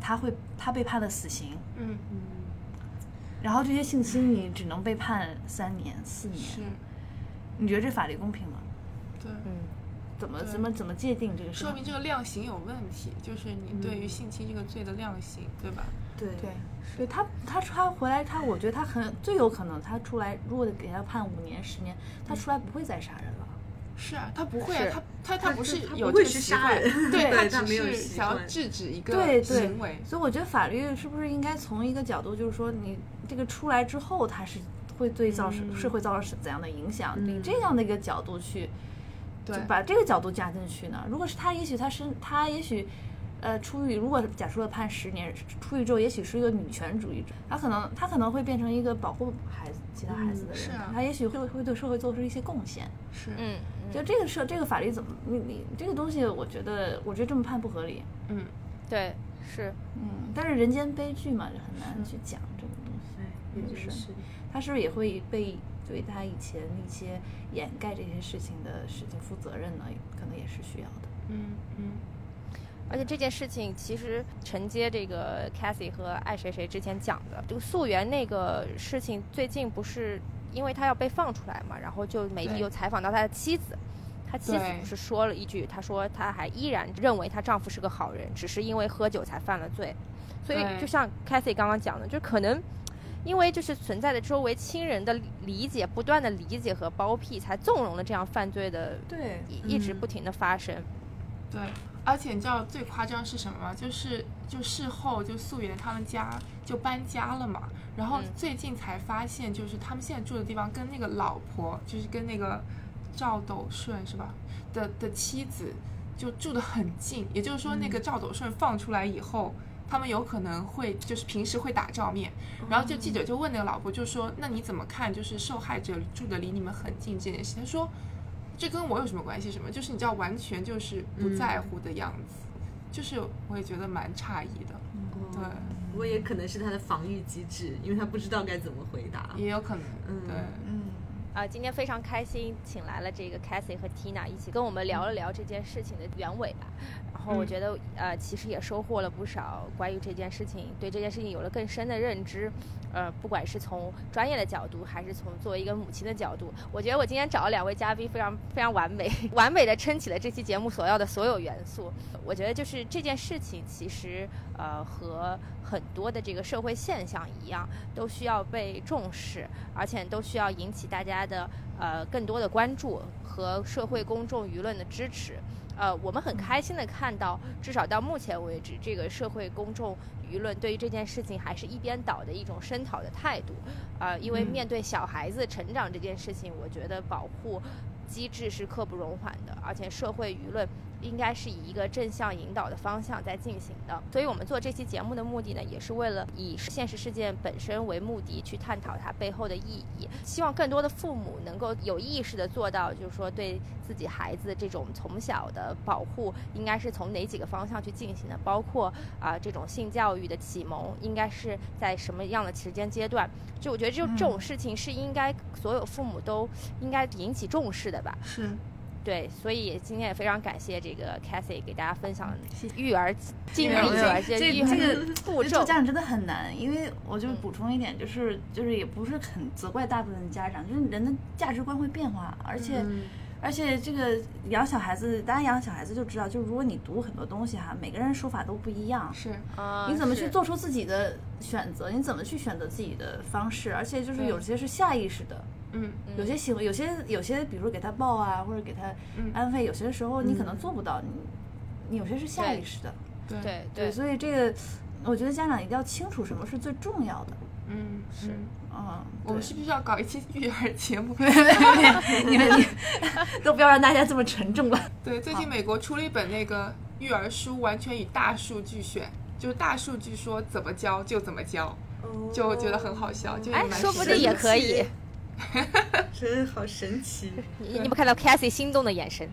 Speaker 3: 他会他被判了死刑，
Speaker 1: 嗯
Speaker 3: 然后这些性侵你只能被判三年、四
Speaker 1: 是
Speaker 3: 年，，你觉得这法律公平吗？
Speaker 1: 对。
Speaker 3: 怎么
Speaker 1: 对
Speaker 3: 怎么怎么界定这个事
Speaker 1: 说明
Speaker 3: 情？
Speaker 1: 这个量刑有问题，就是你对于性侵这个罪的量刑，对吧？
Speaker 4: 对
Speaker 3: 对，对他他他回来他，我觉得
Speaker 1: 嗯
Speaker 3: 他很最有可能他出来，如果给他判五年、十年，他出来不会再杀人了。
Speaker 1: 是啊，他不会啊，
Speaker 2: 是
Speaker 1: 他他他不是
Speaker 4: 他
Speaker 1: 有
Speaker 4: 不
Speaker 1: 这个
Speaker 4: 会
Speaker 1: 习
Speaker 4: 去杀
Speaker 1: 惯，
Speaker 4: 人，
Speaker 1: 对
Speaker 4: 对
Speaker 1: 他
Speaker 4: 他
Speaker 1: 只
Speaker 4: 没有
Speaker 1: 是
Speaker 4: 习
Speaker 1: 想要
Speaker 4: 惯
Speaker 1: 制止一
Speaker 3: 对
Speaker 1: 个
Speaker 3: 对
Speaker 1: 行为。
Speaker 3: 所以我觉得法律是不是应该从一个角度，就是说你这个出来之后，它是会对造成、
Speaker 1: 嗯
Speaker 3: 是会造成怎样的影响？你
Speaker 4: 嗯
Speaker 3: 这样的一个角度去，就
Speaker 1: 对
Speaker 3: 把这个角度加进去呢？如果是他，也许他是他也许。呃，出狱如果假设判十年，出狱之后也许是一个女权主义者，他可能他可能会变成一个保护孩子其他孩子的人，
Speaker 1: 是啊
Speaker 3: 他也许会会对社会做出一些贡献。
Speaker 1: 是，
Speaker 2: 嗯，嗯
Speaker 3: 就这个社这个法律怎么你你这个东西，我觉得我觉得这么判不合理。
Speaker 1: 嗯，
Speaker 2: 对是，
Speaker 3: 嗯，但是人间悲剧嘛，就很难去讲这种东西。
Speaker 4: 哎也
Speaker 3: 嗯
Speaker 4: 就是
Speaker 3: 是他是不是也会被对他以前一些掩盖这些事情的事情负责任呢？可能也是需要的。
Speaker 1: 嗯嗯，
Speaker 2: 而且这件事情其实承接这个 Cassie 和爱谁谁之前讲的，就溯源那个事情，最近不是因为他要被放出来嘛，然后就媒体
Speaker 1: 对
Speaker 2: 又采访到他的妻子。他妻子
Speaker 1: 对
Speaker 2: 不是说了一句，她说她还依然认为她丈夫是个好人，只是因为喝酒才犯了罪。所以
Speaker 1: 对
Speaker 2: 就像 Cassie 刚刚讲的，就可能因为就是存在着周围亲人的理解，不断的理解和包庇，才纵容了这样犯罪的
Speaker 3: 对
Speaker 2: 一一直
Speaker 4: 嗯
Speaker 2: 不停的发生。
Speaker 1: 对，而且你知道最夸张是什么吗？就是就事后就素媛他们家就搬家了嘛，然后
Speaker 2: 嗯
Speaker 1: 最近才发现，就是他们现在住的地方跟那个老婆，就是跟那个赵斗顺是吧的的妻子就住得很近，也就是说那个赵斗顺放出来以后。他们有可能会就是平时会打照面，然后就记者就问那个老婆，就说：“那你怎么看？就是受害者住的离你们很近这件事？”他说：“这跟我有什么关系？什么？就是你知道，完全就是不
Speaker 2: 嗯
Speaker 1: 在乎的样子，就是我也觉得蛮诧异的。对，
Speaker 3: 嗯
Speaker 2: 嗯
Speaker 4: 不过也可能是他的防御机制，因为他不知道该怎么回答。
Speaker 1: 也有可能，
Speaker 4: 嗯
Speaker 1: 对，
Speaker 3: 嗯，
Speaker 2: 啊、今天非常开心，请来了这个 Cassie 和 Tina 一起跟我们聊了聊这件事情的原委吧。然后我
Speaker 1: 嗯
Speaker 2: 觉得，呃，其实也收获了不少关于这件事情，对这件事情有了更深的认知。呃，不管是从专业的角度，还是从作为一个母亲的角度，我觉得我今天找了两位嘉宾非常非常完美， 完美的撑起了这期节目所要的所有元素。我觉得就是这件事情，其实呃和很多的这个社会现象一样，都需要被重视，而且都需要引起大家的呃更多的关注和社会公众舆论的支持。呃，我们很开心的看到，至少到目前为止，这个社会公众舆论对于这件事情还是一边倒的一种声讨的态度。呃，因为
Speaker 1: 嗯
Speaker 2: 面对小孩子成长这件事情，我觉得保护机制是刻不容缓的，而且社会舆论应该是以一个正向引导的方向在进行的。所以我们做这期节目的目的呢，也是为了以现实事件本身为目的，去探讨它背后的意义。希望更多的父母能够有意识的做到，就是说对自己孩子这种从小的保护，应该是从哪几个方向去进行的，包括啊、这种性教育的启蒙，应该是在什么样的时间阶段？就我觉得就这种
Speaker 3: 嗯
Speaker 2: 事情是应该所有父母都应该引起重视的吧。
Speaker 1: 是
Speaker 2: 对，所以今天也非常感谢这个 Cathy 给大家分享
Speaker 3: 嗯
Speaker 2: 育儿经历，
Speaker 3: 没有没有
Speaker 2: 而且
Speaker 3: 这
Speaker 2: 育儿
Speaker 3: 这个
Speaker 2: 步
Speaker 3: 做
Speaker 2: 骤。
Speaker 3: 家长真的很难，因为我就
Speaker 2: 嗯
Speaker 3: 补充一点，就是就是也不是很责怪大部分家长，就是人的价值观会变化，而且、
Speaker 2: 嗯
Speaker 1: 嗯
Speaker 3: 而且这个养小孩子，大家养小孩子就知道，就如果你读很多东西哈，每个人说法都不一样，
Speaker 1: 是，
Speaker 2: 啊
Speaker 3: 你怎么去
Speaker 2: 是
Speaker 3: 做出自己的选择？你怎么去选择自己的方式？而且就是
Speaker 1: 对
Speaker 3: 有些是下意识的，
Speaker 1: 嗯，
Speaker 3: 有些行为，有些有些，比如给他抱啊，或者给他
Speaker 1: 嗯
Speaker 3: 安慰，有些时候你可能
Speaker 4: 嗯
Speaker 3: 做不到，你你有些是下意识的。
Speaker 1: 对，
Speaker 2: 对
Speaker 3: 对，
Speaker 2: 对
Speaker 3: 所以这个我觉得家长一定要清楚什么是最重要的。
Speaker 1: 嗯，
Speaker 2: 是
Speaker 1: 嗯
Speaker 3: 嗯，
Speaker 1: 我们是不是要搞一期育儿节 目？
Speaker 3: 对 你们你都不要让大家这么沉重了。
Speaker 1: 对，最近美国出了一本那个育儿书，完全以大数据选，就是大数据说怎么教就怎么教，就觉得很好笑，就也
Speaker 2: 哦哎，
Speaker 1: 蛮
Speaker 2: 说不
Speaker 1: 神
Speaker 2: 定也可以。
Speaker 4: 真好神奇。
Speaker 2: 你你有没有看到 Cassie 心动的眼神？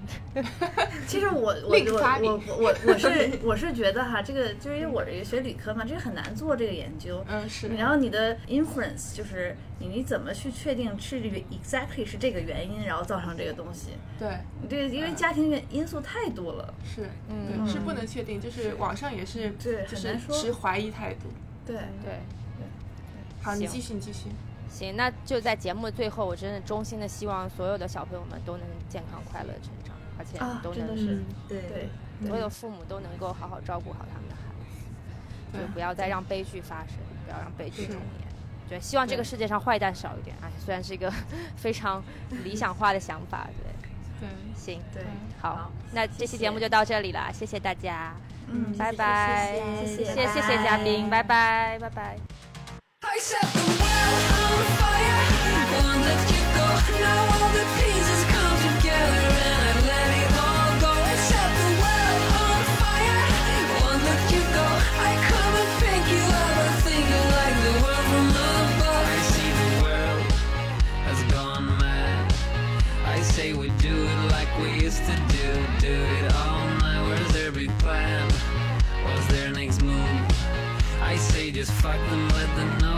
Speaker 3: 其实我我
Speaker 1: 另
Speaker 3: 我
Speaker 1: 发
Speaker 3: 我我我是 我是觉得哈，这个就是因为我是学理科嘛，这个很难做这个研究。
Speaker 1: 嗯是，
Speaker 3: 然后你的 inference 就是你你怎么去确定是这个 exactly 是这个原因，然后造成这个东西？
Speaker 1: 对。
Speaker 3: 你这个因为家庭原因素太多了，
Speaker 1: 是，
Speaker 2: 嗯
Speaker 1: 对，是不能确定，就是网上也是，
Speaker 3: 对
Speaker 1: 就
Speaker 3: 很
Speaker 1: 是
Speaker 3: 难说
Speaker 1: 持怀疑态度。
Speaker 3: 对，
Speaker 2: 对，
Speaker 1: 好，你
Speaker 2: 行
Speaker 1: 继续，你继续。
Speaker 2: 行，那就在节目的最后，我真的衷心的希望所有的小朋友们都能健康快乐成长，而且
Speaker 3: 啊
Speaker 2: 都
Speaker 3: 真的
Speaker 2: 能
Speaker 3: 是
Speaker 4: 嗯，对
Speaker 3: 对，
Speaker 2: 所有父母都能够好好照顾好他们的孩子，
Speaker 1: 对
Speaker 2: 就不要再让悲剧发生，不要让悲剧
Speaker 1: 是
Speaker 2: 重演。对，希 望这个世界上坏蛋少一点。哎，虽然是一个非常理想化的想法，对，
Speaker 1: 对，
Speaker 2: 行，
Speaker 3: 对，
Speaker 2: 好，那这期节目就到这里了，谢谢大家，
Speaker 9: 嗯，
Speaker 2: 拜拜，
Speaker 3: 谢谢
Speaker 2: 谢谢谢嘉宾，拜拜，拜拜。
Speaker 4: I set the world on fire, won't let you go. Now all the pieces come together and I let it all go. I set the world on fire, won't let you go. I come and pick you up, I think you like the world from above.
Speaker 10: I see the world has gone mad. I say we do it like we used to do, do it all night. Where's their big plan? What's their next move? I say just fuck them, let them know